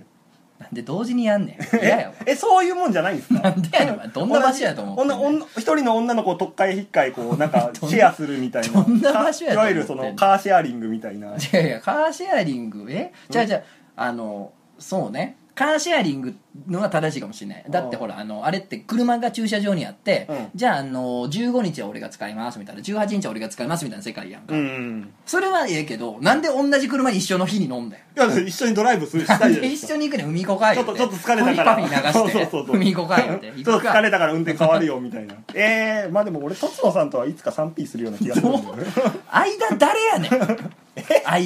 [SPEAKER 1] あなんで同時にやんねん嫌やわ
[SPEAKER 2] えそう [LAUGHS] いうもんじゃないんですか
[SPEAKER 1] なんでやねんお前どんな場所やと思ってん
[SPEAKER 2] 女
[SPEAKER 1] ねん
[SPEAKER 2] 女一人の女の子をとっかえひっかえこうなんか
[SPEAKER 1] [LAUGHS] どん
[SPEAKER 2] シェアするみたいな
[SPEAKER 1] どんな場所や
[SPEAKER 2] い
[SPEAKER 1] と思って
[SPEAKER 2] わ
[SPEAKER 1] んの
[SPEAKER 2] ゆるそのカーシェアリングみたいない
[SPEAKER 1] やいやカーシェアリングえじゃあじゃああのそうねカーシェアリングのが正しいかもしれないだって
[SPEAKER 2] うん
[SPEAKER 1] ほらあのあれって車が駐車場にあって、
[SPEAKER 2] うん
[SPEAKER 1] じゃああの15日は俺が使いますみたいな18日は俺が使いますみたいな世界やんか、
[SPEAKER 2] うん
[SPEAKER 1] それはええけどなんで同じ車に一緒の日に乗んだよ
[SPEAKER 2] いや一緒にドライブするし
[SPEAKER 1] な
[SPEAKER 2] たい
[SPEAKER 1] ん
[SPEAKER 2] じゃ
[SPEAKER 1] で
[SPEAKER 2] ないです
[SPEAKER 1] [LAUGHS] 一
[SPEAKER 2] か
[SPEAKER 1] 緒に行くねん海行こか
[SPEAKER 2] ちょ
[SPEAKER 1] 言
[SPEAKER 2] っ
[SPEAKER 1] うて
[SPEAKER 2] とちょっと疲れたから
[SPEAKER 1] パフィパフィ流して
[SPEAKER 2] そうそうそう
[SPEAKER 1] 海行こか言う
[SPEAKER 2] [LAUGHS]
[SPEAKER 1] て
[SPEAKER 2] ちょっと疲
[SPEAKER 1] た
[SPEAKER 2] れたから運転変わるよみ
[SPEAKER 1] [LAUGHS]
[SPEAKER 2] たいなえー、まあでも俺とつのさんとはいつか 3P するような気がするんだよね
[SPEAKER 1] 間誰やねん間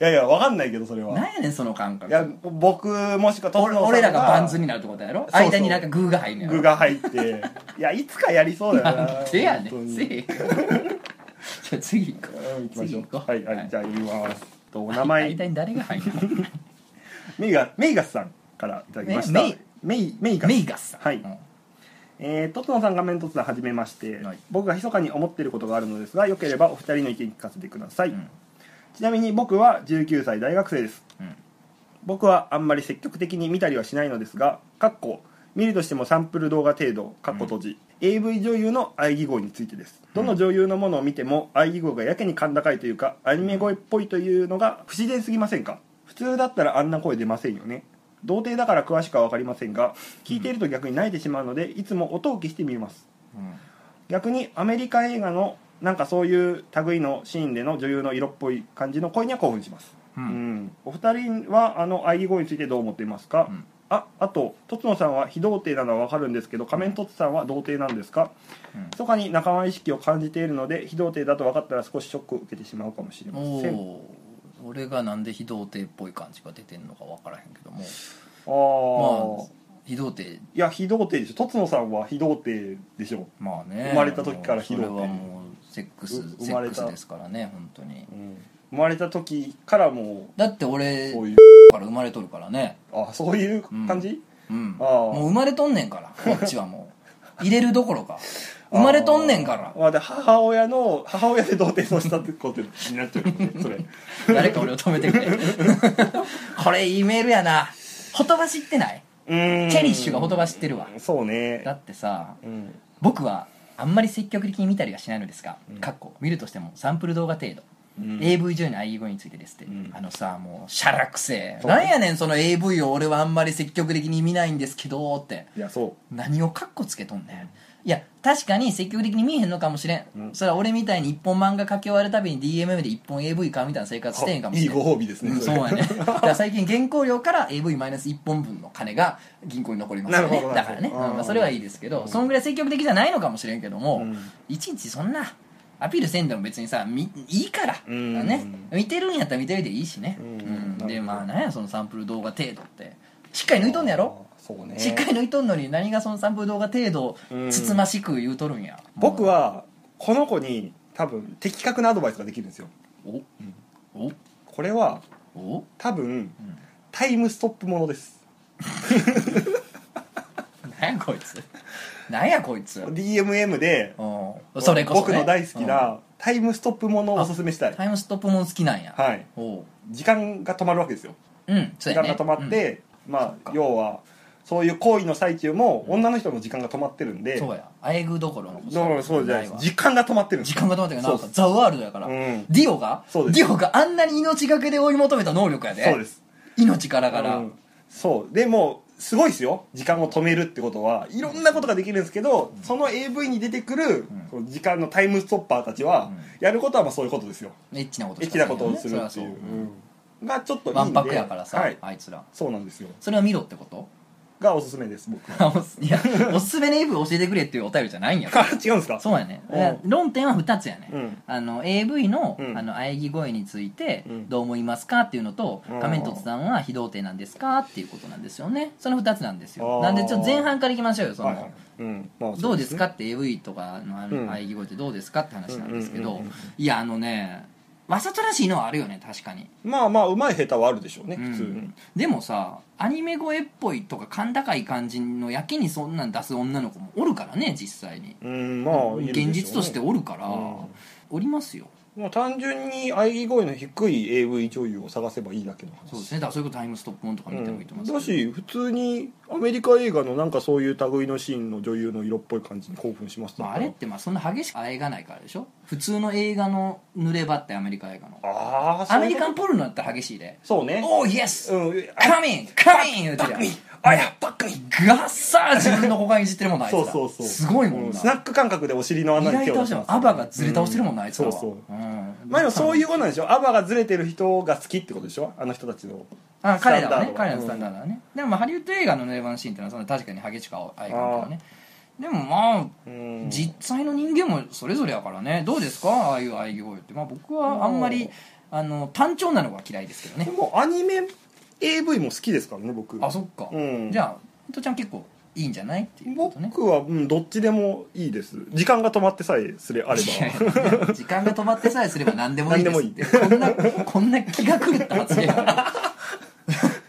[SPEAKER 2] いやいやわかんないけどそれは
[SPEAKER 1] なんやねんその感覚
[SPEAKER 2] いや僕もしくはとつのさん
[SPEAKER 1] 俺らがバンズになるってことやろ
[SPEAKER 2] そうそう
[SPEAKER 1] 間になんかグーが入んねん
[SPEAKER 2] 具が入っていやいつかやりそうだよな
[SPEAKER 1] なんでやね
[SPEAKER 2] 本当
[SPEAKER 1] ん
[SPEAKER 2] に
[SPEAKER 1] せえよじゃあ次行こ
[SPEAKER 2] うん行
[SPEAKER 1] う
[SPEAKER 2] きましょ
[SPEAKER 1] 次行
[SPEAKER 2] う
[SPEAKER 1] こう
[SPEAKER 2] はい、はい、じゃあ言いますとお
[SPEAKER 1] お
[SPEAKER 2] 名前
[SPEAKER 1] 間に誰が入る
[SPEAKER 2] メイガメイガスさんからいただきました
[SPEAKER 1] メイ
[SPEAKER 2] メイメイガ
[SPEAKER 1] の
[SPEAKER 2] ス
[SPEAKER 1] メイガスさん
[SPEAKER 2] はい
[SPEAKER 1] うん
[SPEAKER 2] えー、トトノさん画面突然はじめまして、
[SPEAKER 1] はい
[SPEAKER 2] 僕が密かに思っていることがあるのですがよければお二人の意見聞かせてください、
[SPEAKER 1] うん
[SPEAKER 2] ちなみに僕は19歳大学生です
[SPEAKER 1] うん
[SPEAKER 2] 僕はあんまり積極的に見たりはしないのですがかっこ見るとしてもサンプル動画程度かっこ閉じ、AV 女優の喘ぎ声についてですどの女優のものを見ても喘ぎ声がやけに甲高いというかアニメ声っぽいというのが不自然すぎませんか普通だったらあんな声出ませんよね童貞だから詳しくは分かりませんが聞いていると逆に泣いてしまうのでいつも音を消してみます
[SPEAKER 1] うん
[SPEAKER 2] 逆にアメリカ映画のなんかそういう類のシーンでの女優の色っぽい感じの声には興奮します
[SPEAKER 1] う
[SPEAKER 2] うんん、お二人はあの喘ぎ声についてどう思っていますか、
[SPEAKER 1] うん
[SPEAKER 2] ああととつのさんは非童貞なのは分かるんですけど仮面とつさんは童貞なんですか
[SPEAKER 1] うん
[SPEAKER 2] 密かに仲間意識を感じているので非童貞だと分かったら少しショックを受けてしまうかもしれま
[SPEAKER 1] お
[SPEAKER 2] せん
[SPEAKER 1] ー俺がなんで非童貞っぽい感じが出てんのか分からへんけども
[SPEAKER 2] あー、
[SPEAKER 1] まあ非童貞
[SPEAKER 2] いや非童貞でしょとつのさんは非童貞でしょ
[SPEAKER 1] まあね
[SPEAKER 2] 生まれた時から非
[SPEAKER 1] それ
[SPEAKER 2] 童貞
[SPEAKER 1] はもうセックス
[SPEAKER 2] う生
[SPEAKER 1] セ
[SPEAKER 2] ま
[SPEAKER 1] ッ
[SPEAKER 2] れ
[SPEAKER 1] ク
[SPEAKER 2] た
[SPEAKER 1] スですからね本当に
[SPEAKER 2] うん、生まれた時からも
[SPEAKER 1] だって
[SPEAKER 2] う
[SPEAKER 1] 俺
[SPEAKER 2] そういう
[SPEAKER 1] から生まれとるからね
[SPEAKER 2] あそういう感じ、
[SPEAKER 1] うん
[SPEAKER 2] あー
[SPEAKER 1] もう生まれとんねんからこっちはもう入れるどころか生まれとんねんから
[SPEAKER 2] あーまあ、で母親の母親で童貞をしたってことになっちゃうよね
[SPEAKER 1] [LAUGHS]
[SPEAKER 2] それ
[SPEAKER 1] 誰か俺を止めて
[SPEAKER 2] [LAUGHS]
[SPEAKER 1] くれこれいいメールやなほとばしってない
[SPEAKER 2] チ
[SPEAKER 1] チェリッシュがほとばしってるわ
[SPEAKER 2] そうね
[SPEAKER 1] だってさ
[SPEAKER 2] うん
[SPEAKER 1] 僕はあんまり積極的に見たりはしないのですが、
[SPEAKER 2] うん
[SPEAKER 1] かっこ見るとしてもサンプル動画程度、
[SPEAKER 2] うん、
[SPEAKER 1] AV 女優の IE 語についてですって、
[SPEAKER 2] うん
[SPEAKER 1] あのさもうしゃらくせえ
[SPEAKER 2] そう
[SPEAKER 1] なんやねんその AV を俺はあんまり積極的に見ないんですけどって
[SPEAKER 2] いやそ
[SPEAKER 1] 何をカッコつけとんねんいや確かに積極的に見えへんのかもしれん、
[SPEAKER 2] うん
[SPEAKER 1] それは俺みたいに一本漫画書き終わるたびに DMM で一本 AV 買うみたいな生活してへんかも
[SPEAKER 2] う
[SPEAKER 1] し
[SPEAKER 2] い
[SPEAKER 1] れ
[SPEAKER 2] い
[SPEAKER 1] ん
[SPEAKER 2] ご褒美ですね、
[SPEAKER 1] うん、
[SPEAKER 2] れ
[SPEAKER 1] そうや
[SPEAKER 2] [LAUGHS]
[SPEAKER 1] ねだから最近原稿料から AV マイナス1本分の金が銀行に残りますよ
[SPEAKER 2] なる
[SPEAKER 1] ね
[SPEAKER 2] ほど
[SPEAKER 1] だ
[SPEAKER 2] なる
[SPEAKER 1] か
[SPEAKER 2] ほど
[SPEAKER 1] らね、うん
[SPEAKER 2] うん
[SPEAKER 1] まあ、それはいいですけど、そんぐらい積極的じゃないのかもしれんけども、
[SPEAKER 2] うん
[SPEAKER 1] いちいちそんなアピールせんでも別にさみいいから、
[SPEAKER 2] うん
[SPEAKER 1] ね、見てるんやったら見てるでいいしね、
[SPEAKER 2] う
[SPEAKER 1] うんん
[SPEAKER 2] なる
[SPEAKER 1] で
[SPEAKER 2] ほど
[SPEAKER 1] まあなんやそのサンプル動画程度ってしっかり抜いとんのやろ
[SPEAKER 2] あーそうね
[SPEAKER 1] しっかり抜いとんのに何がそのサンプル動画程度をつつましく言うとるんや、
[SPEAKER 2] 僕
[SPEAKER 1] も
[SPEAKER 2] はこの子に多分的確なアドバイスができるんですよ
[SPEAKER 1] うお
[SPEAKER 2] これは
[SPEAKER 1] おお
[SPEAKER 2] 多分
[SPEAKER 1] うん
[SPEAKER 2] タイムストップものです
[SPEAKER 1] なんやこいつなんやこいつ
[SPEAKER 2] DMM で
[SPEAKER 1] うんそれこそ、ね、
[SPEAKER 2] 僕の大好き
[SPEAKER 1] うん
[SPEAKER 2] なタイムストップものをおすすめしたい
[SPEAKER 1] タイムストップもん好きなんや
[SPEAKER 2] はい
[SPEAKER 1] おう
[SPEAKER 2] 時間が止まるわけですよ
[SPEAKER 1] うんそ
[SPEAKER 2] 時
[SPEAKER 1] うや
[SPEAKER 2] 間
[SPEAKER 1] ね
[SPEAKER 2] が止まっ、てまあ要はそういう行為の最中も女の人の時間が止まってるん
[SPEAKER 1] うん
[SPEAKER 2] で
[SPEAKER 1] そうやあえぐどころの
[SPEAKER 2] だからそうじゃないです
[SPEAKER 1] 時
[SPEAKER 2] 時間が止まってるんです
[SPEAKER 1] 時間が止まってるからなん
[SPEAKER 2] そ
[SPEAKER 1] か
[SPEAKER 2] う
[SPEAKER 1] ザ・ワールドやから、
[SPEAKER 2] うん
[SPEAKER 1] ディオが
[SPEAKER 2] そうです
[SPEAKER 1] ディオがあんなに命がけで追い求めた能力やで
[SPEAKER 2] そうです
[SPEAKER 1] 命から
[SPEAKER 2] だ
[SPEAKER 1] から、
[SPEAKER 2] そうでもすごいですよ時間を止めるってことはいろんなことができるんですけど、その AV に出てくる、
[SPEAKER 1] ん
[SPEAKER 2] その時間のタイムストッパーたちは、やることはまあそういうことですよ
[SPEAKER 1] エッチなこと
[SPEAKER 2] エッ
[SPEAKER 1] し
[SPEAKER 2] チ
[SPEAKER 1] か
[SPEAKER 2] な
[SPEAKER 1] せん
[SPEAKER 2] こ
[SPEAKER 1] よね
[SPEAKER 2] とをするって
[SPEAKER 1] そ
[SPEAKER 2] い
[SPEAKER 1] り
[SPEAKER 2] う
[SPEAKER 1] ゃそう
[SPEAKER 2] うんがちょっといいんで
[SPEAKER 1] わんぱくやからさ、
[SPEAKER 2] はい、
[SPEAKER 1] あいつら
[SPEAKER 2] そうなんですよ
[SPEAKER 1] それは見ろってこと [LAUGHS]
[SPEAKER 2] がおすすめです僕
[SPEAKER 1] あおすいやおすすめの AV 教えてくれっていうお便りじゃないんや
[SPEAKER 2] あ [LAUGHS] 違うん [LAUGHS] ですか
[SPEAKER 1] そうやね
[SPEAKER 2] うん
[SPEAKER 1] いや論点は2つやね、
[SPEAKER 2] うん
[SPEAKER 1] あの AV の,、
[SPEAKER 2] うん
[SPEAKER 1] あの喘ぎ声について
[SPEAKER 2] うん
[SPEAKER 1] どう思いますかっていうのと、
[SPEAKER 2] うん
[SPEAKER 1] 仮面凸さんは非童貞なんですかっていうことなんですよねその2つなんです
[SPEAKER 2] あー
[SPEAKER 1] よなんでちょっと前半からいきましょうよその、
[SPEAKER 2] はいはいうんまあ
[SPEAKER 1] ど
[SPEAKER 2] そう
[SPEAKER 1] です
[SPEAKER 2] ね
[SPEAKER 1] かって AV とかのあの
[SPEAKER 2] うん
[SPEAKER 1] 喘ぎ声ってどうですかって話なんですけ
[SPEAKER 2] うんう
[SPEAKER 1] ど
[SPEAKER 2] んうんうん
[SPEAKER 1] いやあのねわざとらしいのはあるよね確かに、
[SPEAKER 2] まあまあうまい下手はあるでしょうね
[SPEAKER 1] うん
[SPEAKER 2] 普通に
[SPEAKER 1] でもさアニメ声っぽいとか甲高い感じのやけにそんなん出す女の子もおるからね実際に、
[SPEAKER 2] うん、まあいるでしょう
[SPEAKER 1] 現
[SPEAKER 2] ね
[SPEAKER 1] 実としておるから、
[SPEAKER 2] うん
[SPEAKER 1] おりますよ
[SPEAKER 2] もう単純に喘ぎ声の低い AV 女優を探せばいいだけの話
[SPEAKER 1] そうですねだからそういうことタイムストップもんとか見てもいいと思い
[SPEAKER 2] だ
[SPEAKER 1] ますけど、
[SPEAKER 2] し普通にアメリカ映画のなんかそういう類のシーンの女優の色っぽい感じに興奮しました
[SPEAKER 1] まあ、あれってまあそんな激しくあえがないからでしょ普通の映画の濡れ場ってアメリカ映画の
[SPEAKER 2] ああ
[SPEAKER 1] アメリカ
[SPEAKER 2] ン
[SPEAKER 1] ンポルノだったら激しいで
[SPEAKER 2] そう
[SPEAKER 1] 「
[SPEAKER 2] ね
[SPEAKER 1] おおイエス
[SPEAKER 2] うん
[SPEAKER 1] カミンカミン!」言うてるやん
[SPEAKER 2] あやバックミ
[SPEAKER 1] ガッサー自分の股間いじってるもんなあいつ
[SPEAKER 2] そう
[SPEAKER 1] ら
[SPEAKER 2] そうそう
[SPEAKER 1] すごいも
[SPEAKER 2] うんん
[SPEAKER 1] な
[SPEAKER 2] スナック感覚でお尻の穴に
[SPEAKER 1] 左
[SPEAKER 2] 手
[SPEAKER 1] 倒
[SPEAKER 2] を出
[SPEAKER 1] し
[SPEAKER 2] してて
[SPEAKER 1] も
[SPEAKER 2] ます
[SPEAKER 1] アバがずれ倒してるもんなあいつらは
[SPEAKER 2] そうそう
[SPEAKER 1] うん
[SPEAKER 2] まあでもそういうことなんでしょアバがずれてる人が好きってことでしょあの人たちの
[SPEAKER 1] あ彼らはね
[SPEAKER 2] スタンダードは
[SPEAKER 1] 彼らのスタンダードはね、でもまあハリウッド映画の濡れ場のシーンってのはそんな確かに激しくあえがないからねでもまあ
[SPEAKER 2] うん
[SPEAKER 1] 実際の人間もそれぞれやからねどうですかああいう愛用って、まあ、僕はあんま
[SPEAKER 2] う
[SPEAKER 1] り
[SPEAKER 2] ん
[SPEAKER 1] あの単調なのが嫌いですけど
[SPEAKER 2] で
[SPEAKER 1] ね
[SPEAKER 2] もアニメ AV も好きですからね僕
[SPEAKER 1] あそっか、
[SPEAKER 2] うん
[SPEAKER 1] じゃあ伊藤ちゃん結構いいんじゃないっていうことね
[SPEAKER 2] 僕は、うん、どっちでもいいです時間が止まってさえすれあれ
[SPEAKER 1] いやい
[SPEAKER 2] ば
[SPEAKER 1] や時間が止まってさえすれば何でもいいですってこんなこんな気が狂った発言が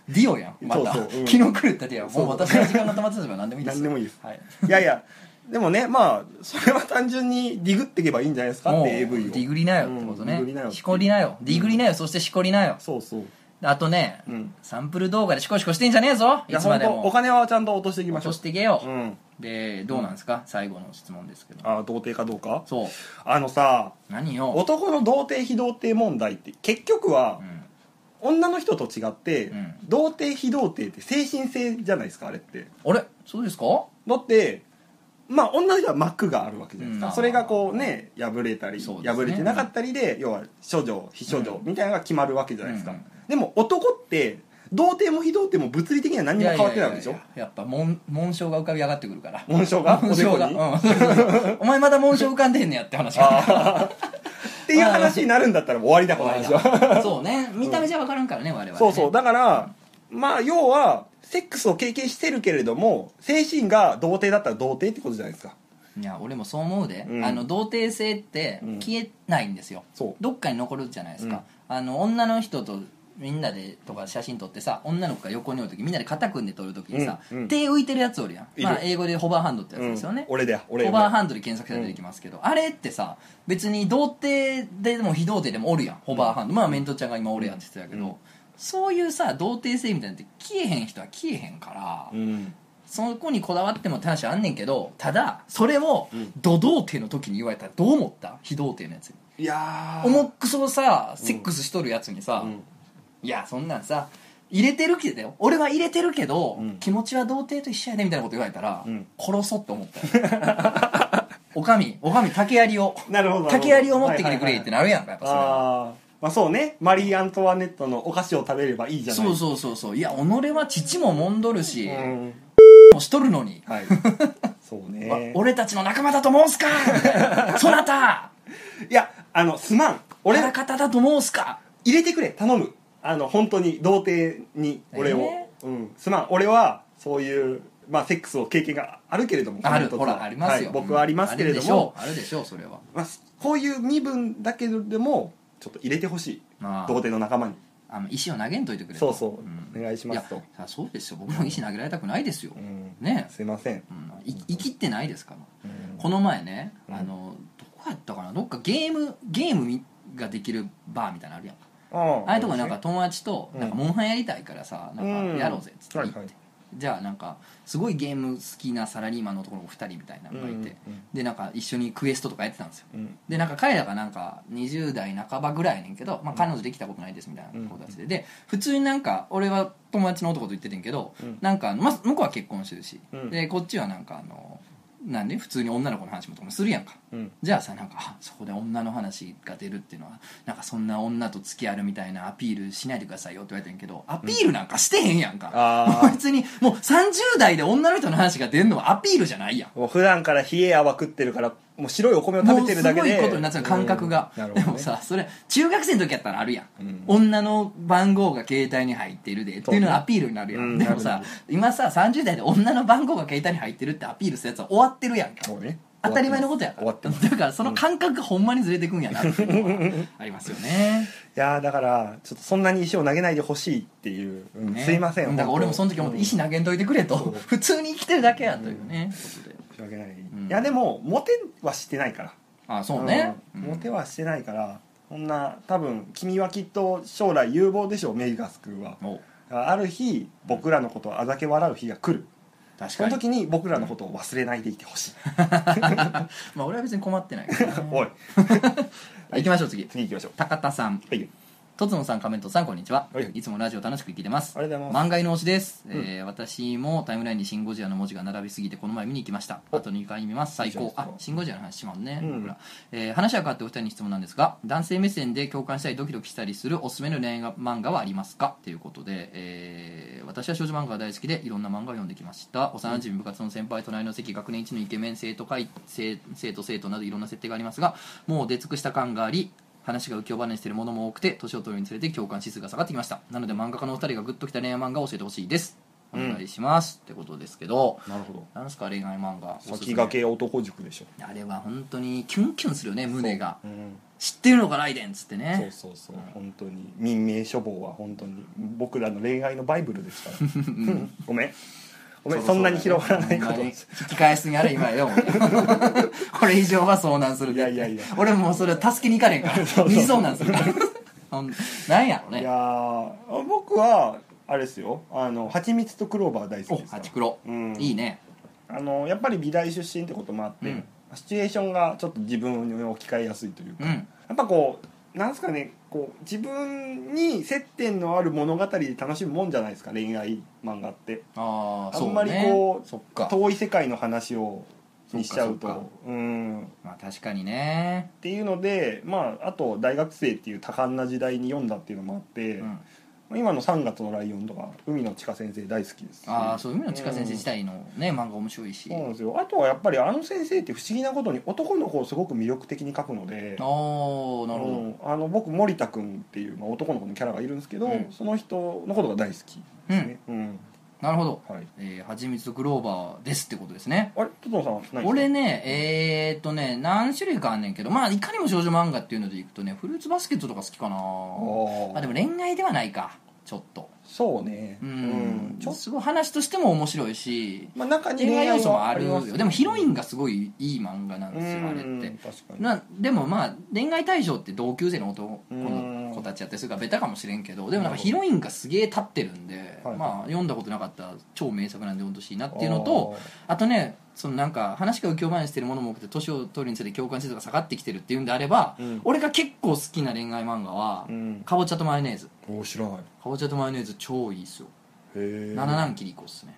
[SPEAKER 1] ディオやんまた
[SPEAKER 2] そうそううん
[SPEAKER 1] 気の狂ったディオもう私の時間が止まってすれば何でもいいです
[SPEAKER 2] 何でもいいです
[SPEAKER 1] はい
[SPEAKER 2] いやいやでもねまあそれは単純にディグっていけばいいんじゃないですかっ
[SPEAKER 1] もう
[SPEAKER 2] て
[SPEAKER 1] デ
[SPEAKER 2] AV を
[SPEAKER 1] ィグりなよってこと
[SPEAKER 2] うんデ
[SPEAKER 1] ね
[SPEAKER 2] ィグりなよ
[SPEAKER 1] しこりなよディグりなよそしてしこりなよ
[SPEAKER 2] そうそう
[SPEAKER 1] あとね、
[SPEAKER 2] うん
[SPEAKER 1] サンプル動画でシコシコしてんじゃねえぞ
[SPEAKER 2] い
[SPEAKER 1] い
[SPEAKER 2] や
[SPEAKER 1] つま
[SPEAKER 2] 本
[SPEAKER 1] で
[SPEAKER 2] 当お
[SPEAKER 1] も
[SPEAKER 2] 金はちゃんと落としていきま
[SPEAKER 1] 落
[SPEAKER 2] しょ
[SPEAKER 1] と
[SPEAKER 2] う
[SPEAKER 1] してけよ、
[SPEAKER 2] うん
[SPEAKER 1] でどうなんですか、最後の質問ですけど
[SPEAKER 2] ああ童貞かどうか
[SPEAKER 1] そう
[SPEAKER 2] あのさ
[SPEAKER 1] 何よ、
[SPEAKER 2] 男の童貞非童貞問題って結局は
[SPEAKER 1] うん、
[SPEAKER 2] 女の人と違って、
[SPEAKER 1] うん
[SPEAKER 2] 童貞非童貞って精神性じゃないですかあれって
[SPEAKER 1] あれそうですか
[SPEAKER 2] だってまあ女の人は膜があるわけじゃないですか、
[SPEAKER 1] うん
[SPEAKER 2] それがこうね破れたり、
[SPEAKER 1] そうですね
[SPEAKER 2] 破れてなかったりで要は処女非処女みたいなのが決まるわけじゃないですか、
[SPEAKER 1] うん
[SPEAKER 2] でも男って童貞も非童貞も物理的には何も変わってないわけでしょ
[SPEAKER 1] やややっぱ紋紋章が浮かび上がってくるから
[SPEAKER 2] 紋章
[SPEAKER 1] [LAUGHS]
[SPEAKER 2] が
[SPEAKER 1] 紋章が、う
[SPEAKER 2] おで
[SPEAKER 1] ん [LAUGHS]
[SPEAKER 2] こに、
[SPEAKER 1] お前まだ紋章浮かんでへんねやって話
[SPEAKER 2] あーっていう話になるんだったらもう終わりだこの話は
[SPEAKER 1] そうね見た目じゃ分からんからね、我々ね
[SPEAKER 2] そうそうだからまあ要はセックスを経験してるけれども精神が童貞だったら童貞ってことじゃないですか
[SPEAKER 1] いや俺もそう思うで、
[SPEAKER 2] うん
[SPEAKER 1] あの童貞性って
[SPEAKER 2] うん
[SPEAKER 1] 消えないんですよ、
[SPEAKER 2] そう
[SPEAKER 1] どっかに残るじゃないですか、あの女の人とみんなでとか写真撮ってさ女の子が横におる時みんなで肩組んで撮る時にさ、
[SPEAKER 2] うんうん
[SPEAKER 1] 手浮いてるやつおるや
[SPEAKER 2] い
[SPEAKER 1] ん、
[SPEAKER 2] る
[SPEAKER 1] まあ、英語でホバーハンドってやつですよね
[SPEAKER 2] うん、俺だよ俺
[SPEAKER 1] ホバーハンドで検索したら出てきますけど、あれってさ別に童貞でも非童貞でもおるやんホバーハンド、まあメントちゃんが今おるやんって言ってたけど、
[SPEAKER 2] うん
[SPEAKER 1] そういうさ童貞性みたいなのって消えへん人は消えへんから、
[SPEAKER 2] うん
[SPEAKER 1] そこにこだわってもって話あんねんけどただそれを土童貞の時に言われたらどう思った非童貞のやつに
[SPEAKER 2] いやー
[SPEAKER 1] 重くそさセックスしとるやつにさ、
[SPEAKER 2] うん
[SPEAKER 1] いやそんなんさ入れてるけどよ俺は入れてるけど、
[SPEAKER 2] うん
[SPEAKER 1] 気持ちは童貞と一緒やでみたいなこと言われたら、
[SPEAKER 2] うん
[SPEAKER 1] 殺そうって思ったよ [LAUGHS] おかみおかみ竹槍
[SPEAKER 2] [LAUGHS]
[SPEAKER 1] を
[SPEAKER 2] なるほど
[SPEAKER 1] 竹槍を持ってきてくれって
[SPEAKER 2] な
[SPEAKER 1] なるやんかやっぱそれは
[SPEAKER 2] あーまあそうねマリー・アントワネットのお菓子を食べればいいじゃない
[SPEAKER 1] そうそうそうそういや己は父ももんどるし、
[SPEAKER 2] うん
[SPEAKER 1] もしとるのに、
[SPEAKER 2] はい
[SPEAKER 1] [LAUGHS]
[SPEAKER 2] そうね、
[SPEAKER 1] わ俺たちの仲間だと申すか
[SPEAKER 2] [LAUGHS]
[SPEAKER 1] そなた
[SPEAKER 2] いやあのすまん
[SPEAKER 1] 俺
[SPEAKER 2] 俺
[SPEAKER 1] の方だと申すか
[SPEAKER 2] 入れてくれ頼むあの本当に童貞に俺を、
[SPEAKER 1] え
[SPEAKER 2] うん、すまん俺はそういう、まあ、セックスを経験があるけれども
[SPEAKER 1] ある
[SPEAKER 2] その一つ
[SPEAKER 1] ほらありますよ、
[SPEAKER 2] はい僕はありますけれども、
[SPEAKER 1] うんあるでしょうあるでしょうそれは
[SPEAKER 2] まあ、こういう身分だけでもちょっと入れてほしい
[SPEAKER 1] ああ
[SPEAKER 2] 童貞の仲間に
[SPEAKER 1] あの石を投げんといてくれ
[SPEAKER 2] そ
[SPEAKER 1] と
[SPEAKER 2] うそう、お願いし
[SPEAKER 1] い
[SPEAKER 2] ま
[SPEAKER 1] や
[SPEAKER 2] すと、
[SPEAKER 1] さそうですよ僕も石投げられたくないですよ、
[SPEAKER 2] うん
[SPEAKER 1] ね
[SPEAKER 2] すいません、
[SPEAKER 1] うん、い生きってないですから、
[SPEAKER 2] うん
[SPEAKER 1] この前ね、
[SPEAKER 2] うん
[SPEAKER 1] あのどこやったかなどっかゲームゲームみができるバーみたいなのあるやんああいうとこなんか友達と
[SPEAKER 2] うん
[SPEAKER 1] なんかモンハンやりたいからさなん
[SPEAKER 2] うん
[SPEAKER 1] かやろうぜっつって行って、
[SPEAKER 2] はいはい
[SPEAKER 1] じゃあなんかすごいゲーム好きなサラリーマンのところお二人みたいなのがいて、
[SPEAKER 2] うんうんうん
[SPEAKER 1] でなんか一緒にクエストとかやってたんですよ
[SPEAKER 2] うん
[SPEAKER 1] でなんか彼らがなんか20代半ばぐらいやねんけど、まあ、彼女できたことないですみたいな子たちで、で普通になんか俺は友達の男と言っててんけど、
[SPEAKER 2] うん
[SPEAKER 1] なんかあの、まあ、向こうは結婚してるし、
[SPEAKER 2] うん
[SPEAKER 1] でこっちはなんかあのなんで普通に女の子の話もとかもするやんか
[SPEAKER 2] うん
[SPEAKER 1] じゃあさなんかあそこで女の話が出るっていうのはなんかそんな女と付き合えるみたいなアピールしないでくださいよって言われてんけどアピールなんかしてへんやんか、
[SPEAKER 2] あ
[SPEAKER 1] もう
[SPEAKER 2] あ
[SPEAKER 1] 別にもう30代で女の人の話が出るのはアピールじゃないやん
[SPEAKER 2] もう普段から冷え泡食ってるからもう白いお米を
[SPEAKER 1] も
[SPEAKER 2] 食
[SPEAKER 1] う
[SPEAKER 2] べて
[SPEAKER 1] す
[SPEAKER 2] るだけ
[SPEAKER 1] ご
[SPEAKER 2] で
[SPEAKER 1] いことになってる感覚が、
[SPEAKER 2] うんなるほ
[SPEAKER 1] で
[SPEAKER 2] どね
[SPEAKER 1] もさそれ中学生の時やったらあるやん、
[SPEAKER 2] うん
[SPEAKER 1] 女の番号が携帯に入ってるでっていうのはアピールになるやん、
[SPEAKER 2] うん
[SPEAKER 1] でもさ
[SPEAKER 2] なる
[SPEAKER 1] 今さ30代で女の番号が携帯に入ってるってアピールするやつは終わってるやんか
[SPEAKER 2] もうね
[SPEAKER 1] 当たり前のことやから
[SPEAKER 2] 終わってます
[SPEAKER 1] だからその感覚がほんまにずれてくんやなっていうのは
[SPEAKER 2] [LAUGHS]
[SPEAKER 1] ありますよね
[SPEAKER 2] いやーだからちょっとそんなに石を投げないでほしいっていう、うん
[SPEAKER 1] ね
[SPEAKER 2] すいません
[SPEAKER 1] だから俺もその時思って石投げんといてくれと、
[SPEAKER 2] そう
[SPEAKER 1] 普通に生きてるだけやというね、ことで
[SPEAKER 2] 申し訳ない、
[SPEAKER 1] ん
[SPEAKER 2] いやでもモテはしてないから
[SPEAKER 1] あそうね、
[SPEAKER 2] う
[SPEAKER 1] うんん
[SPEAKER 2] モテはしてないからそんな多分君はきっと将来有望でしょうメイガス君は
[SPEAKER 1] お
[SPEAKER 2] ある日僕らのことをあざけ笑う日が来る
[SPEAKER 1] 確か
[SPEAKER 2] その
[SPEAKER 1] に
[SPEAKER 2] 時に僕らのことを忘れないでいて
[SPEAKER 1] [LAUGHS]
[SPEAKER 2] ほしい、
[SPEAKER 1] まあ俺は別に困ってないから、ね
[SPEAKER 2] [LAUGHS] おい
[SPEAKER 1] 行きましょう次
[SPEAKER 2] 次行きましょう
[SPEAKER 1] 高田さん
[SPEAKER 2] はいはい
[SPEAKER 1] とつのさん、カメントさん、こんにちは、
[SPEAKER 2] はい
[SPEAKER 1] い。つもラジオ楽しく聞いてます。
[SPEAKER 2] ありがとうございます
[SPEAKER 1] 漫画の推しです、えー私もタイムラインに「シン・ゴジラ」の文字が並びすぎてこの前見に行きましたあと2回見ます最
[SPEAKER 2] いい
[SPEAKER 1] 高
[SPEAKER 2] じゃない
[SPEAKER 1] あ
[SPEAKER 2] ですか
[SPEAKER 1] シン・ゴジラの話しまうね、
[SPEAKER 2] うん
[SPEAKER 1] 僕らえー話は変わってお二人に質問なんですが男性目線で共感したりドキドキしたりするおすすめの恋愛漫画はありますかということで、えー私は少女漫画が大好きでいろんな漫画を読んできました幼馴染部活の先輩隣の席学年一のイケメン生徒会生生徒生徒などいろんな設定がありますがもう出尽くした感があり話が浮世離れしているものも多くて年を取るにつれて共感指数が下がってきましたなので漫画家のお二人がグッときた恋愛漫画を教えてほしいですお願いします、ってことですけど
[SPEAKER 2] なるほど
[SPEAKER 1] なんですか恋愛漫画おすすめ
[SPEAKER 2] 先駆け男塾でしょ
[SPEAKER 1] あれは本当にキュンキュンするよね胸が
[SPEAKER 2] うん
[SPEAKER 1] 知ってるのかライデンっつってね
[SPEAKER 2] そうそうそう本当に民命処方は本当に僕らの恋愛のバイブルです [LAUGHS] からごめんごめんそんなに広がら
[SPEAKER 1] [LAUGHS]
[SPEAKER 2] ないこ
[SPEAKER 1] ほん
[SPEAKER 2] と
[SPEAKER 1] まに引き返すにあれ今よ [LAUGHS] これ以上は遭難するで
[SPEAKER 2] いやいやいや
[SPEAKER 1] 俺もうそれ助けに行かれん
[SPEAKER 2] [LAUGHS]
[SPEAKER 1] から二次遭難するからほんなんやろ
[SPEAKER 2] い
[SPEAKER 1] ね
[SPEAKER 2] やー僕はあれですよあの蜂蜜とクローバー大好
[SPEAKER 1] お
[SPEAKER 2] きです
[SPEAKER 1] ハ
[SPEAKER 2] から
[SPEAKER 1] チクロ
[SPEAKER 2] うん
[SPEAKER 1] いいね
[SPEAKER 2] あのやっぱり美大出身ってこともあって、
[SPEAKER 1] うん
[SPEAKER 2] シチュエーションがちょっと自分に置き換えやすいというか、
[SPEAKER 1] うん
[SPEAKER 2] やっぱこうなんですかねこう自分に接点のある物語で楽しむもんじゃないですか恋愛漫画って
[SPEAKER 1] ああ
[SPEAKER 2] あんまりこう
[SPEAKER 1] そっか
[SPEAKER 2] 遠い世界の話をにしちゃう
[SPEAKER 1] そっか
[SPEAKER 2] とうんっ
[SPEAKER 1] まあ確かにね
[SPEAKER 2] ていうのでまああと大学生っていう多感な時代に読んだっていうのもあって、
[SPEAKER 1] うん
[SPEAKER 2] 今の「3月のライオン」とか海野千佳先生大好きですし
[SPEAKER 1] ああそういうの近先生自体のね漫画面白いし
[SPEAKER 2] そうなんですよあとはやっぱりあの先生って不思議なことに男の子をすごく魅力的に描くので
[SPEAKER 1] おーなるほど、
[SPEAKER 2] うんあの僕森田君っていう、まあ、男の子のキャラがいるんですけど、
[SPEAKER 1] うん
[SPEAKER 2] その人のことが大好きですね、うん
[SPEAKER 1] なるほど
[SPEAKER 2] はい、
[SPEAKER 1] えー、はちみつとクローバーですってことですね
[SPEAKER 2] あれトトンさんはない
[SPEAKER 1] 俺ねえー、っとね何種類かあんねんけどまあいかにも少女漫画っていうのでいくとねフルーツバスケットとか好きかなま
[SPEAKER 2] あ
[SPEAKER 1] あで
[SPEAKER 2] でも
[SPEAKER 1] も恋愛ではないかちょっと
[SPEAKER 2] そうね
[SPEAKER 1] うん、
[SPEAKER 2] ちょっと、
[SPEAKER 1] すごい話としても面白いし
[SPEAKER 2] まあ、中に
[SPEAKER 1] 恋愛要素もあるよ
[SPEAKER 2] はります
[SPEAKER 1] でもヒロインがすごいいい漫画なんですよあれ
[SPEAKER 2] うん
[SPEAKER 1] って
[SPEAKER 2] 確かに
[SPEAKER 1] なでもまあ恋愛対象って同級生の男の子たちやったりするからベタかもしれんけどでもなんかヒロインがすげえ立ってるんで、
[SPEAKER 2] はい
[SPEAKER 1] まあ読んだことなかった超名作なんで読んでほしいなっていうのとあとねそのなんか話が浮世離れしてるものも多くて年を取るにつれて共感性とか下がってきてるっていうんであれば、
[SPEAKER 2] うん
[SPEAKER 1] 俺が結構好きな恋愛漫画は、
[SPEAKER 2] うん
[SPEAKER 1] かぼちゃとマヨネーズ
[SPEAKER 2] おー知らないへ
[SPEAKER 1] かぼちゃとマヨネーズ超いいっすよ、
[SPEAKER 2] え
[SPEAKER 1] 七難キリコっすね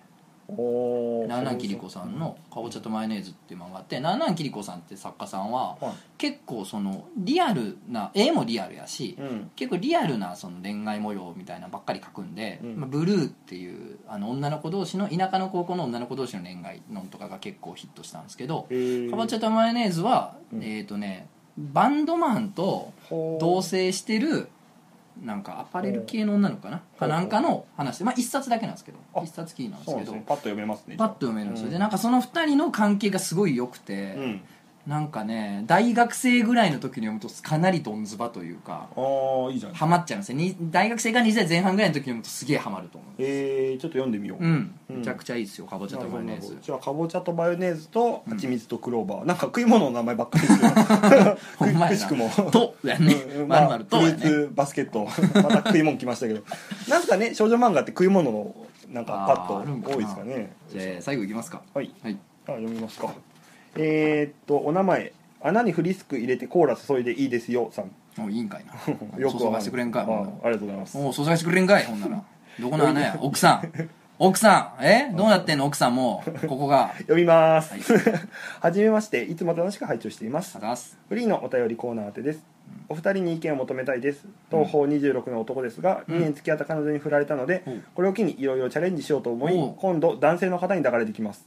[SPEAKER 2] おー
[SPEAKER 1] 七難キリコさんの「かぼちゃとマヨネーズ」っていう漫画あって七難キリコさんって作家さんは
[SPEAKER 2] はい
[SPEAKER 1] 結構そのリアルな絵もリアルやし、
[SPEAKER 2] うん
[SPEAKER 1] 結構リアルなその恋愛模様みたいなのばっかり書くんで、
[SPEAKER 2] うん
[SPEAKER 1] まあ、ブルーっていうあの女の子同士の田舎の高校の女の子同士の恋愛のとかが結構ヒットしたんですけど
[SPEAKER 2] へー
[SPEAKER 1] 「かぼちゃとマヨネーズは」
[SPEAKER 2] うん
[SPEAKER 1] えっ、とねバンドマンと
[SPEAKER 2] ほー
[SPEAKER 1] 同棲してるなんかアパレル系の女の子かな
[SPEAKER 2] う
[SPEAKER 1] かなんかの話で、まあ、一冊だけなんですけど
[SPEAKER 2] あ
[SPEAKER 1] 一冊キーなんで
[SPEAKER 2] そう
[SPEAKER 1] す
[SPEAKER 2] なん
[SPEAKER 1] け
[SPEAKER 2] です
[SPEAKER 1] ど
[SPEAKER 2] ねパッと読めますね
[SPEAKER 1] パッと読めるんですよ、
[SPEAKER 2] うん
[SPEAKER 1] でなんかその2人の関係がすごい良くて、
[SPEAKER 2] うん
[SPEAKER 1] なんかね大学生ぐらいの時に読むとかなりドンズバというか
[SPEAKER 2] ああいいじゃん
[SPEAKER 1] ハマっちゃうんですよに大学生が20代前半ぐらいの時に読むとすげえハマると思う
[SPEAKER 2] えー、ちょっと読んでみよう、
[SPEAKER 1] う
[SPEAKER 2] なる
[SPEAKER 1] ん
[SPEAKER 2] うん
[SPEAKER 1] めちゃくちゃいいですよかぼちゃ
[SPEAKER 2] ほ
[SPEAKER 1] と
[SPEAKER 2] ど
[SPEAKER 1] マヨネ
[SPEAKER 2] なる
[SPEAKER 1] ー
[SPEAKER 2] ほど
[SPEAKER 1] ズ
[SPEAKER 2] じゃあかぼちゃとマヨネーズと
[SPEAKER 1] うん
[SPEAKER 2] 蜂蜜とクローバー、なんか食い物の名前
[SPEAKER 1] [LAUGHS]
[SPEAKER 2] ばっかりですよ
[SPEAKER 1] ほんまやな
[SPEAKER 2] くしくも
[SPEAKER 1] とや
[SPEAKER 2] [LAUGHS]
[SPEAKER 1] ね
[SPEAKER 2] うんうん
[SPEAKER 1] まるまると
[SPEAKER 2] フル [LAUGHS]
[SPEAKER 1] や
[SPEAKER 2] ー
[SPEAKER 1] ね
[SPEAKER 2] ツバスケットまた食い物来ました
[SPEAKER 1] [LAUGHS]
[SPEAKER 2] けどなんかね少女漫画って食い物のなんかパ
[SPEAKER 1] あーあるん
[SPEAKER 2] ッ
[SPEAKER 1] かな
[SPEAKER 2] と多いですかね
[SPEAKER 1] じゃあ最後いきますか
[SPEAKER 2] はい
[SPEAKER 1] はい
[SPEAKER 2] あ読みますかえー、っとお名前穴にフリスク入れてコーラ注いでいいですよさん
[SPEAKER 1] もういいんかいな
[SPEAKER 2] [LAUGHS] よく
[SPEAKER 1] 注がしてくれんかい
[SPEAKER 2] あ
[SPEAKER 1] ほんな
[SPEAKER 2] ー
[SPEAKER 1] ら
[SPEAKER 2] ありがとうございます
[SPEAKER 1] おう注がしてくれんかいほんならどこ
[SPEAKER 2] [LAUGHS]
[SPEAKER 1] の穴や奥さん奥さんえどうなってんの奥さんもうここが
[SPEAKER 2] 読みます、
[SPEAKER 1] は
[SPEAKER 2] [LAUGHS] はいじめましていつも楽しく拝聴しています
[SPEAKER 1] あざっす [LAUGHS]
[SPEAKER 2] フリーのお便りコーナー宛てですお二人に意見を求めたいです東方26の男ですが、
[SPEAKER 1] うん
[SPEAKER 2] 2年付き合った彼女に振られたので、
[SPEAKER 1] うん
[SPEAKER 2] これを機にいろいろチャレンジしようと思い、
[SPEAKER 1] おう
[SPEAKER 2] 今度男性の方に抱かれてきます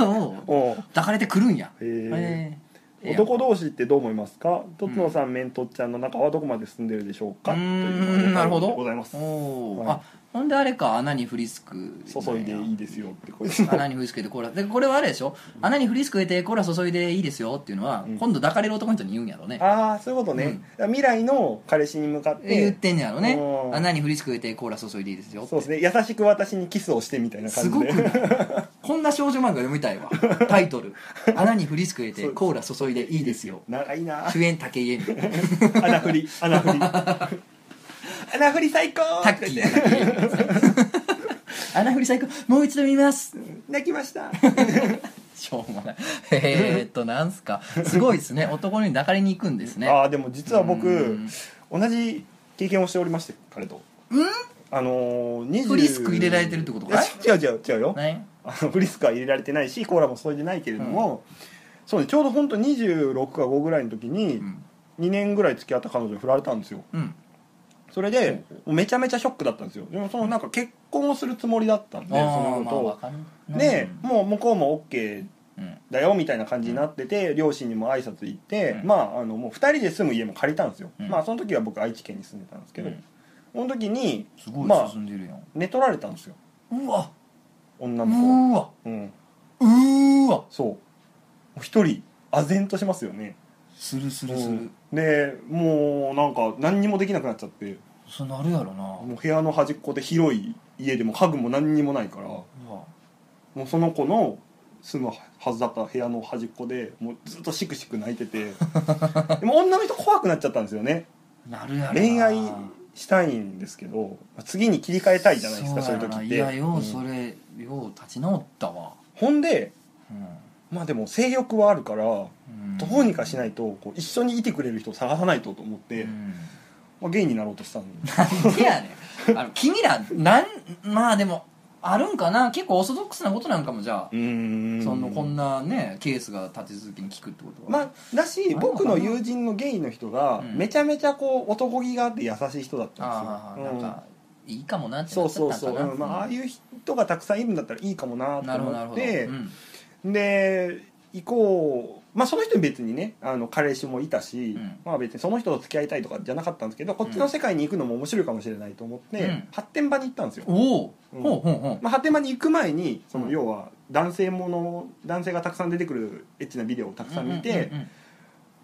[SPEAKER 1] おう
[SPEAKER 2] おう
[SPEAKER 1] 抱かれてくるんや
[SPEAKER 2] へー
[SPEAKER 1] ええやん
[SPEAKER 2] 男同士ってどう思いますかとつのさん、メントちゃんの中はどこまで進んでるでしょうか
[SPEAKER 1] うー
[SPEAKER 2] と
[SPEAKER 1] ん
[SPEAKER 2] いうお便りで
[SPEAKER 1] なるほど
[SPEAKER 2] ございます
[SPEAKER 1] おー
[SPEAKER 2] はい
[SPEAKER 1] あほんであれか穴にフリスク
[SPEAKER 2] [LAUGHS] 注いでいいですよってこいつの
[SPEAKER 1] 穴にフリスク入れてコーラでこれはあれでしょ穴にフリスク入れてコーラ注いでいいですよっていうのは、
[SPEAKER 2] うん
[SPEAKER 1] 今度抱かれる男の人に言うんやろね
[SPEAKER 2] ああそういうことね、だから未来の彼氏に向かっ
[SPEAKER 1] 言っててんやろね
[SPEAKER 2] うん
[SPEAKER 1] 穴にフリスク入れてコーラ注いでいいですよって
[SPEAKER 2] そうですね優しく私にキスをしてみたいな感
[SPEAKER 1] す
[SPEAKER 2] じ
[SPEAKER 1] ごく
[SPEAKER 2] で
[SPEAKER 1] ないこんな少女漫画読みた [LAUGHS] いわタイトル「穴にフリスク入れてコーラ注いでいいですよ
[SPEAKER 2] [LAUGHS] 長い」な
[SPEAKER 1] 主演竹井絵美 [LAUGHS]
[SPEAKER 2] 穴振り穴振り [LAUGHS] 穴振り最高
[SPEAKER 1] タッキー竹井絵美ですね [LAUGHS] 穴振り最高もう一度見ます
[SPEAKER 2] 泣きました
[SPEAKER 1] [LAUGHS] しょうもないえーっとなんすかすごいですね男に抱かれに行くんですね
[SPEAKER 2] ああでも実は僕
[SPEAKER 1] うん
[SPEAKER 2] 同じ経験をしておりまして彼とあのー、20
[SPEAKER 1] フリスク入れられてるってことかい
[SPEAKER 2] いや違う違う違うよ
[SPEAKER 1] ない
[SPEAKER 2] あのフリスクは入れられてないしコーラも注いでないけれども、そうねちょうど本当26か5ぐらいの時に
[SPEAKER 1] うん
[SPEAKER 2] 2年ぐらい付き合った彼女に振られたんですよ
[SPEAKER 1] うん
[SPEAKER 2] それでもうめちゃめちゃショックだったんですよでもそのなんか結婚をするつもりだったんでそのことを、でもう向こうも OK
[SPEAKER 1] うん
[SPEAKER 2] だよみたいな感じになってて、両親にも挨拶行って、
[SPEAKER 1] うん
[SPEAKER 2] まああのもう2人で住む家も借りたんですよ、
[SPEAKER 1] うん
[SPEAKER 2] まあその時は僕愛知県に住んでたんですけど、
[SPEAKER 1] うん
[SPEAKER 2] その時に
[SPEAKER 1] すご
[SPEAKER 2] まあ
[SPEAKER 1] い進んでるやん
[SPEAKER 2] 寝取られたんですよ
[SPEAKER 1] うわ
[SPEAKER 2] 女
[SPEAKER 1] う
[SPEAKER 2] の
[SPEAKER 1] ーわ
[SPEAKER 2] 子うん
[SPEAKER 1] うーわ
[SPEAKER 2] そうもう一人唖然としますよね
[SPEAKER 1] するするする
[SPEAKER 2] うんでもうなんか何にもできなくなっちゃって
[SPEAKER 1] そうなるやろな
[SPEAKER 2] もう部屋の端っこで広い家でも家具も何にもないからも
[SPEAKER 1] うわ
[SPEAKER 2] うその子の住むはずだった部屋の端っこでもうずっとシクシク泣い
[SPEAKER 1] [LAUGHS]
[SPEAKER 2] ててでも女の人怖くなっちゃったんですよね
[SPEAKER 1] なるやろな
[SPEAKER 2] 恋愛したいんですけど次に切り替えたいじゃないですかそういう
[SPEAKER 1] やろ
[SPEAKER 2] 時
[SPEAKER 1] な
[SPEAKER 2] って
[SPEAKER 1] いやよ
[SPEAKER 2] う
[SPEAKER 1] うんそれよう立ち直ったわ
[SPEAKER 2] ほんで
[SPEAKER 1] うん
[SPEAKER 2] まあでも性欲はあるからど
[SPEAKER 1] うん
[SPEAKER 2] うにかしないとこう一緒にいてくれる人を探さないとと思って、
[SPEAKER 1] うん
[SPEAKER 2] まあ、ゲイになろう
[SPEAKER 1] [LAUGHS]
[SPEAKER 2] としたんで
[SPEAKER 1] なんでやねんあ [LAUGHS] の君らなんまあでもあるんかな結構オーソドックスなことなんかもじゃあ
[SPEAKER 2] うん
[SPEAKER 1] そのこんなねケースが立て続けに聞くってことは
[SPEAKER 2] まあだし
[SPEAKER 1] あ
[SPEAKER 2] 僕の友人のゲイの人が
[SPEAKER 1] うん
[SPEAKER 2] めちゃめちゃこう男気があって優しい人だった
[SPEAKER 1] ああ
[SPEAKER 2] んですよ、
[SPEAKER 1] なんかいいかもなって
[SPEAKER 2] そ
[SPEAKER 1] な
[SPEAKER 2] う
[SPEAKER 1] っちゃ
[SPEAKER 2] そ
[SPEAKER 1] っ
[SPEAKER 2] う
[SPEAKER 1] たん
[SPEAKER 2] そ
[SPEAKER 1] か
[SPEAKER 2] う、
[SPEAKER 1] な
[SPEAKER 2] うんまあああいう人がたくさんいるんだったらいいかもな
[SPEAKER 1] なる
[SPEAKER 2] と
[SPEAKER 1] ほどなるほど、
[SPEAKER 2] 思って、
[SPEAKER 1] うん
[SPEAKER 2] で以降まあその人に別にねあの彼氏もいたし、
[SPEAKER 1] うん
[SPEAKER 2] まあ別にその人と付き合いたいとかじゃなかったんですけどこっちの世界に行くのも面白いかもしれないと思って、
[SPEAKER 1] うん
[SPEAKER 2] 発展場に行ったんですよ、
[SPEAKER 1] おお、
[SPEAKER 2] うん
[SPEAKER 1] ほうほうほう
[SPEAKER 2] まあ、発展場に行く前にそ
[SPEAKER 1] うん
[SPEAKER 2] の要は男性もの男性がたくさん出てくるエッチなビデオをたくさん見て、
[SPEAKER 1] うんうんうん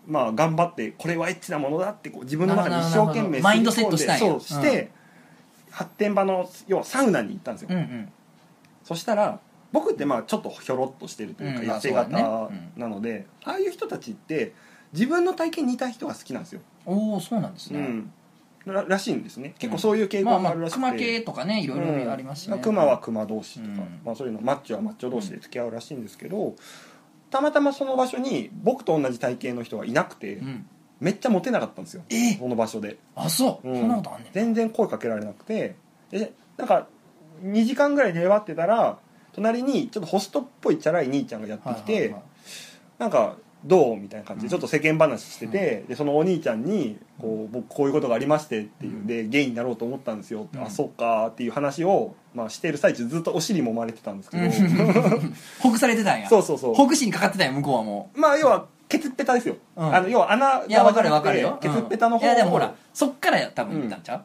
[SPEAKER 2] まあ、頑張ってこれはエッチなものだってこう自分の中で一生懸
[SPEAKER 1] なるほどなるほど
[SPEAKER 2] 命
[SPEAKER 1] マインド
[SPEAKER 2] すり込んで
[SPEAKER 1] セットしたんや
[SPEAKER 2] そうして、発展場の要はサウナに行ったんですよ、
[SPEAKER 1] うんうん
[SPEAKER 2] そしたら僕ってまあちょっとひょろっとしてるというか、
[SPEAKER 1] うん
[SPEAKER 2] 痩せ
[SPEAKER 1] まあそうだ
[SPEAKER 2] 型
[SPEAKER 1] ね
[SPEAKER 2] なので、ああいう人たちって自分の体型に似た人が好きなんですよ、
[SPEAKER 1] おおそうなんです
[SPEAKER 2] う
[SPEAKER 1] ね、
[SPEAKER 2] んららしいんですね結構そういう傾
[SPEAKER 1] まあ
[SPEAKER 2] 向
[SPEAKER 1] ま
[SPEAKER 2] があ
[SPEAKER 1] あ
[SPEAKER 2] るらしくて、
[SPEAKER 1] 熊系とかねいろいろありますしね、
[SPEAKER 2] うん熊は熊同士とか、
[SPEAKER 1] うん
[SPEAKER 2] まあ、そういうのマッチョはマッチョ同士で付き合うらしいんですけど、たまたまその場所に僕と同じ体型の人がいなくて、
[SPEAKER 1] うん
[SPEAKER 2] めっちゃモテなかったんですよ
[SPEAKER 1] え
[SPEAKER 2] その場所で、
[SPEAKER 1] あそう、
[SPEAKER 2] うん
[SPEAKER 1] そんなことあんねん
[SPEAKER 2] 全然声かけられなくてでなんか2時間ぐらい出会ってたら隣にちょっとホストっぽいチャラい兄ちゃんがやってきて、
[SPEAKER 1] はいはいはい
[SPEAKER 2] なんかどうみたいな感じで
[SPEAKER 1] うん
[SPEAKER 2] ちょっと世間話してて、でそのお兄ちゃんにこう「僕こういうことがありまして」っていううんでゲイになろうと思ったんですよって、
[SPEAKER 1] うん
[SPEAKER 2] あそうかっていう話を、まあ、してる最中ずっとお尻もまれてたんですけど、
[SPEAKER 1] ほぐされてたんや [LAUGHS]
[SPEAKER 2] [LAUGHS] そうそうそう
[SPEAKER 1] ほぐしにかかってたんや向こうはも
[SPEAKER 2] まあ要はケツっぺたですよ、
[SPEAKER 1] うん
[SPEAKER 2] あの要は穴
[SPEAKER 1] ういや
[SPEAKER 2] わ
[SPEAKER 1] わかるわかるよ
[SPEAKER 2] ケツっぺたの方
[SPEAKER 1] うんいやでも
[SPEAKER 2] を
[SPEAKER 1] ほらそっから多分行ったんちゃう、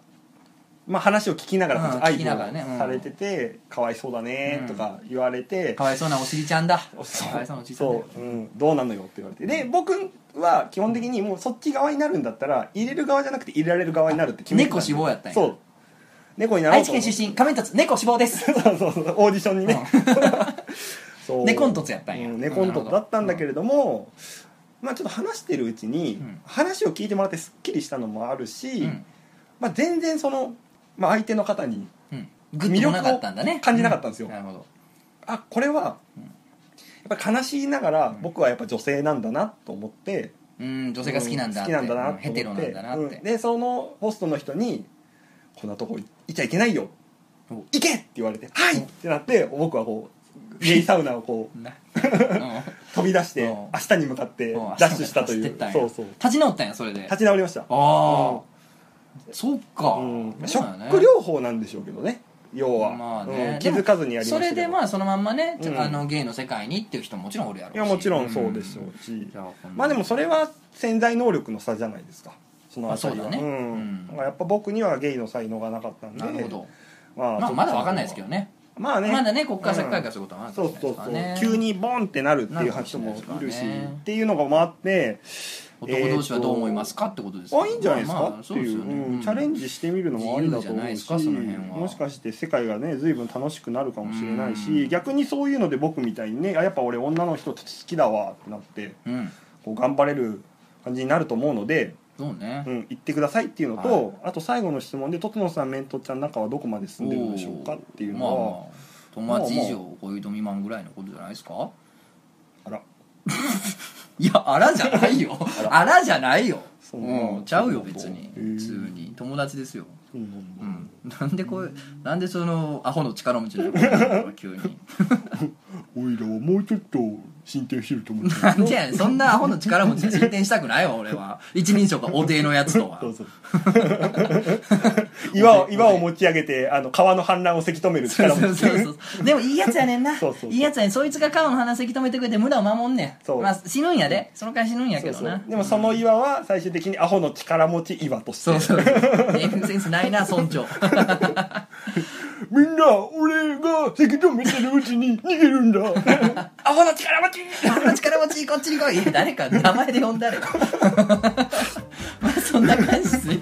[SPEAKER 2] まあ、話を聞きながら、
[SPEAKER 1] うん
[SPEAKER 2] 愛
[SPEAKER 1] 聞きながらねうん
[SPEAKER 2] されてて「かわいそうだね」とか言われて、
[SPEAKER 1] かわいそうなお尻ちゃんだ
[SPEAKER 2] お
[SPEAKER 1] かわいそうなお尻ちゃんだよ
[SPEAKER 2] そう、うん、どうなのよって言われてで僕は基本的にもうそっち側になるんだったら入れる側じゃなくて入れられる側になるって決めてたん
[SPEAKER 1] 猫
[SPEAKER 2] で
[SPEAKER 1] 志望やったんや
[SPEAKER 2] そう猫になろ
[SPEAKER 1] 愛
[SPEAKER 2] う
[SPEAKER 1] 知
[SPEAKER 2] と
[SPEAKER 1] 県出身仮面凸猫志望です
[SPEAKER 2] そうそうそうオーディションにね、 [LAUGHS] そう
[SPEAKER 1] 猫ん凸やったんや
[SPEAKER 2] うん猫ん凸だったんだけれども、まあちょっと話してるうちに、
[SPEAKER 1] うん
[SPEAKER 2] 話を聞いてもらってすっきりしたのもあるし、
[SPEAKER 1] うん
[SPEAKER 2] まあ、全然その、まあ、相手の方に
[SPEAKER 1] うんグッとこなかったんだね
[SPEAKER 2] 魅力を感じなかったんですよ
[SPEAKER 1] うなるほど
[SPEAKER 2] あこれはやっぱり悲しいながら
[SPEAKER 1] ん
[SPEAKER 2] 僕はやっぱ女性なんだなと思って
[SPEAKER 1] うん女性が好きなんだって、
[SPEAKER 2] 好きなんだなと
[SPEAKER 1] う
[SPEAKER 2] 思
[SPEAKER 1] ん
[SPEAKER 2] って
[SPEAKER 1] ヘテロなんだなって、
[SPEAKER 2] うんでそのホストの人に「こんなとこいちゃいけないよ
[SPEAKER 1] お
[SPEAKER 2] 行け!」って言われて「はい!」
[SPEAKER 1] お
[SPEAKER 2] ってなって僕はこうゲイサウナを
[SPEAKER 1] [LAUGHS]
[SPEAKER 2] こう
[SPEAKER 1] なうん
[SPEAKER 2] 飛び出して
[SPEAKER 1] うん
[SPEAKER 2] 明日に向かって
[SPEAKER 1] うん
[SPEAKER 2] ダッシュしたとい
[SPEAKER 1] 走って
[SPEAKER 2] う
[SPEAKER 1] ったんや
[SPEAKER 2] そうそう
[SPEAKER 1] 立ち直ったんやそれで
[SPEAKER 2] 立ち直りました
[SPEAKER 1] ああ、そっか、
[SPEAKER 2] うんシ
[SPEAKER 1] そ
[SPEAKER 2] ョ
[SPEAKER 1] うだよね
[SPEAKER 2] ック療法なんでしょうけどね要は、
[SPEAKER 1] まあね
[SPEAKER 2] うん気づかずにやりました
[SPEAKER 1] それで
[SPEAKER 2] あ
[SPEAKER 1] まあそのまんまね、ちょ
[SPEAKER 2] うん
[SPEAKER 1] あのゲイの世界にっていう人ももちろんおるやろう
[SPEAKER 2] い
[SPEAKER 1] し
[SPEAKER 2] やもちろんそうでしょ
[SPEAKER 1] ん
[SPEAKER 2] うし、
[SPEAKER 1] じゃあこんな
[SPEAKER 2] まあでもそれは潜在能力の差じゃないですかそのあたりは
[SPEAKER 1] あそうだね
[SPEAKER 2] ん
[SPEAKER 1] うん
[SPEAKER 2] だからやっぱ僕にはゲイの才能がなかったんで
[SPEAKER 1] なるほど、
[SPEAKER 2] ま
[SPEAKER 1] まあ、まだわかんないですけどね
[SPEAKER 2] まあね
[SPEAKER 1] まだねこっから先開花することはまだ
[SPEAKER 2] そうそう
[SPEAKER 1] わ
[SPEAKER 2] そ
[SPEAKER 1] か
[SPEAKER 2] うん
[SPEAKER 1] ないですからね
[SPEAKER 2] 急にボンってなるっていう人もいるしっていうのがもあって
[SPEAKER 1] 男同士はどう思いますかってことです
[SPEAKER 2] あいいんじゃないです
[SPEAKER 1] まあ
[SPEAKER 2] か
[SPEAKER 1] まあ
[SPEAKER 2] って
[SPEAKER 1] そうで
[SPEAKER 2] い
[SPEAKER 1] す
[SPEAKER 2] う
[SPEAKER 1] よね、
[SPEAKER 2] うんチャレンジしてみるのもありだと
[SPEAKER 1] 自
[SPEAKER 2] 思うし
[SPEAKER 1] 由じゃないですかその辺は
[SPEAKER 2] もしかして世界がね随分楽しくなるかもしれない
[SPEAKER 1] うん
[SPEAKER 2] し逆にそういうので僕みたいにねあやっぱ俺女の人好きだわってなって
[SPEAKER 1] うん
[SPEAKER 2] こう頑張れる感じになると思うので
[SPEAKER 1] そうね
[SPEAKER 2] う、ん、言ってくださいっていうのと、あと最後の質問で「とつのさんメントちゃん中はどこまで住んでるんでしょうか?」っていうのは、
[SPEAKER 1] まあ、まあ友達以上恋人未満ぐらいのことじゃないですか、
[SPEAKER 2] あら
[SPEAKER 1] いやあらじゃないよあらじゃないよ
[SPEAKER 2] そううなんだ
[SPEAKER 1] んちゃうよ別に
[SPEAKER 2] へー
[SPEAKER 1] 普通に友達ですよ
[SPEAKER 2] うん
[SPEAKER 1] うんなんでこういうなんでそのアホの力持ちの [LAUGHS] の急に
[SPEAKER 2] おいらはもうちょっと進展してると思って
[SPEAKER 1] なんでやねんそんなアホの力持ちで進展したくないわ俺は一人称がお手のやつとは
[SPEAKER 2] どうぞ岩を岩を持ち上げてあの川の氾濫をせき止める
[SPEAKER 1] そう
[SPEAKER 2] 力
[SPEAKER 1] そう
[SPEAKER 2] も
[SPEAKER 1] そうそう [LAUGHS] でもいいやつやねんな
[SPEAKER 2] そうそうそう
[SPEAKER 1] いいやつやねんそいつが川の鼻せき止めてくれて村を守んねん
[SPEAKER 2] そう
[SPEAKER 1] まあ、死ぬんやでその間死ぬんやけど
[SPEAKER 2] そうそ
[SPEAKER 1] な
[SPEAKER 2] うでもその岩は最終的にアホの力持ち岩として
[SPEAKER 1] そうそうそうネーミングセンスないな村長
[SPEAKER 2] みんな俺がせき止めてるうちに逃げるんだアホの力持ち
[SPEAKER 1] あの力持ちこっちに来いいや誰か名前で呼ん [LAUGHS] だれまあそんな感じですね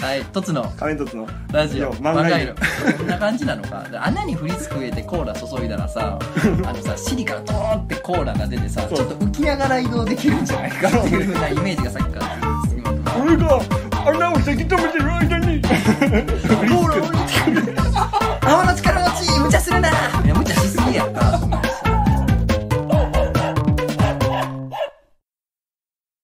[SPEAKER 1] はい一つの
[SPEAKER 2] 仮面凸の
[SPEAKER 1] ラジ
[SPEAKER 2] い
[SPEAKER 1] オ
[SPEAKER 2] や漫画
[SPEAKER 1] 色こんな感じなのか穴にフリスク入れてコーラ注いだら
[SPEAKER 2] [LAUGHS]
[SPEAKER 1] さあのさ尻からドーンってコーラが出てさ
[SPEAKER 2] そう
[SPEAKER 1] ちょっと浮きながら移動できるんじゃないかっていうふうなイメージがさっきから
[SPEAKER 2] 俺が穴をせき止めてる間
[SPEAKER 1] [LAUGHS]
[SPEAKER 2] に
[SPEAKER 1] コー
[SPEAKER 2] [LAUGHS]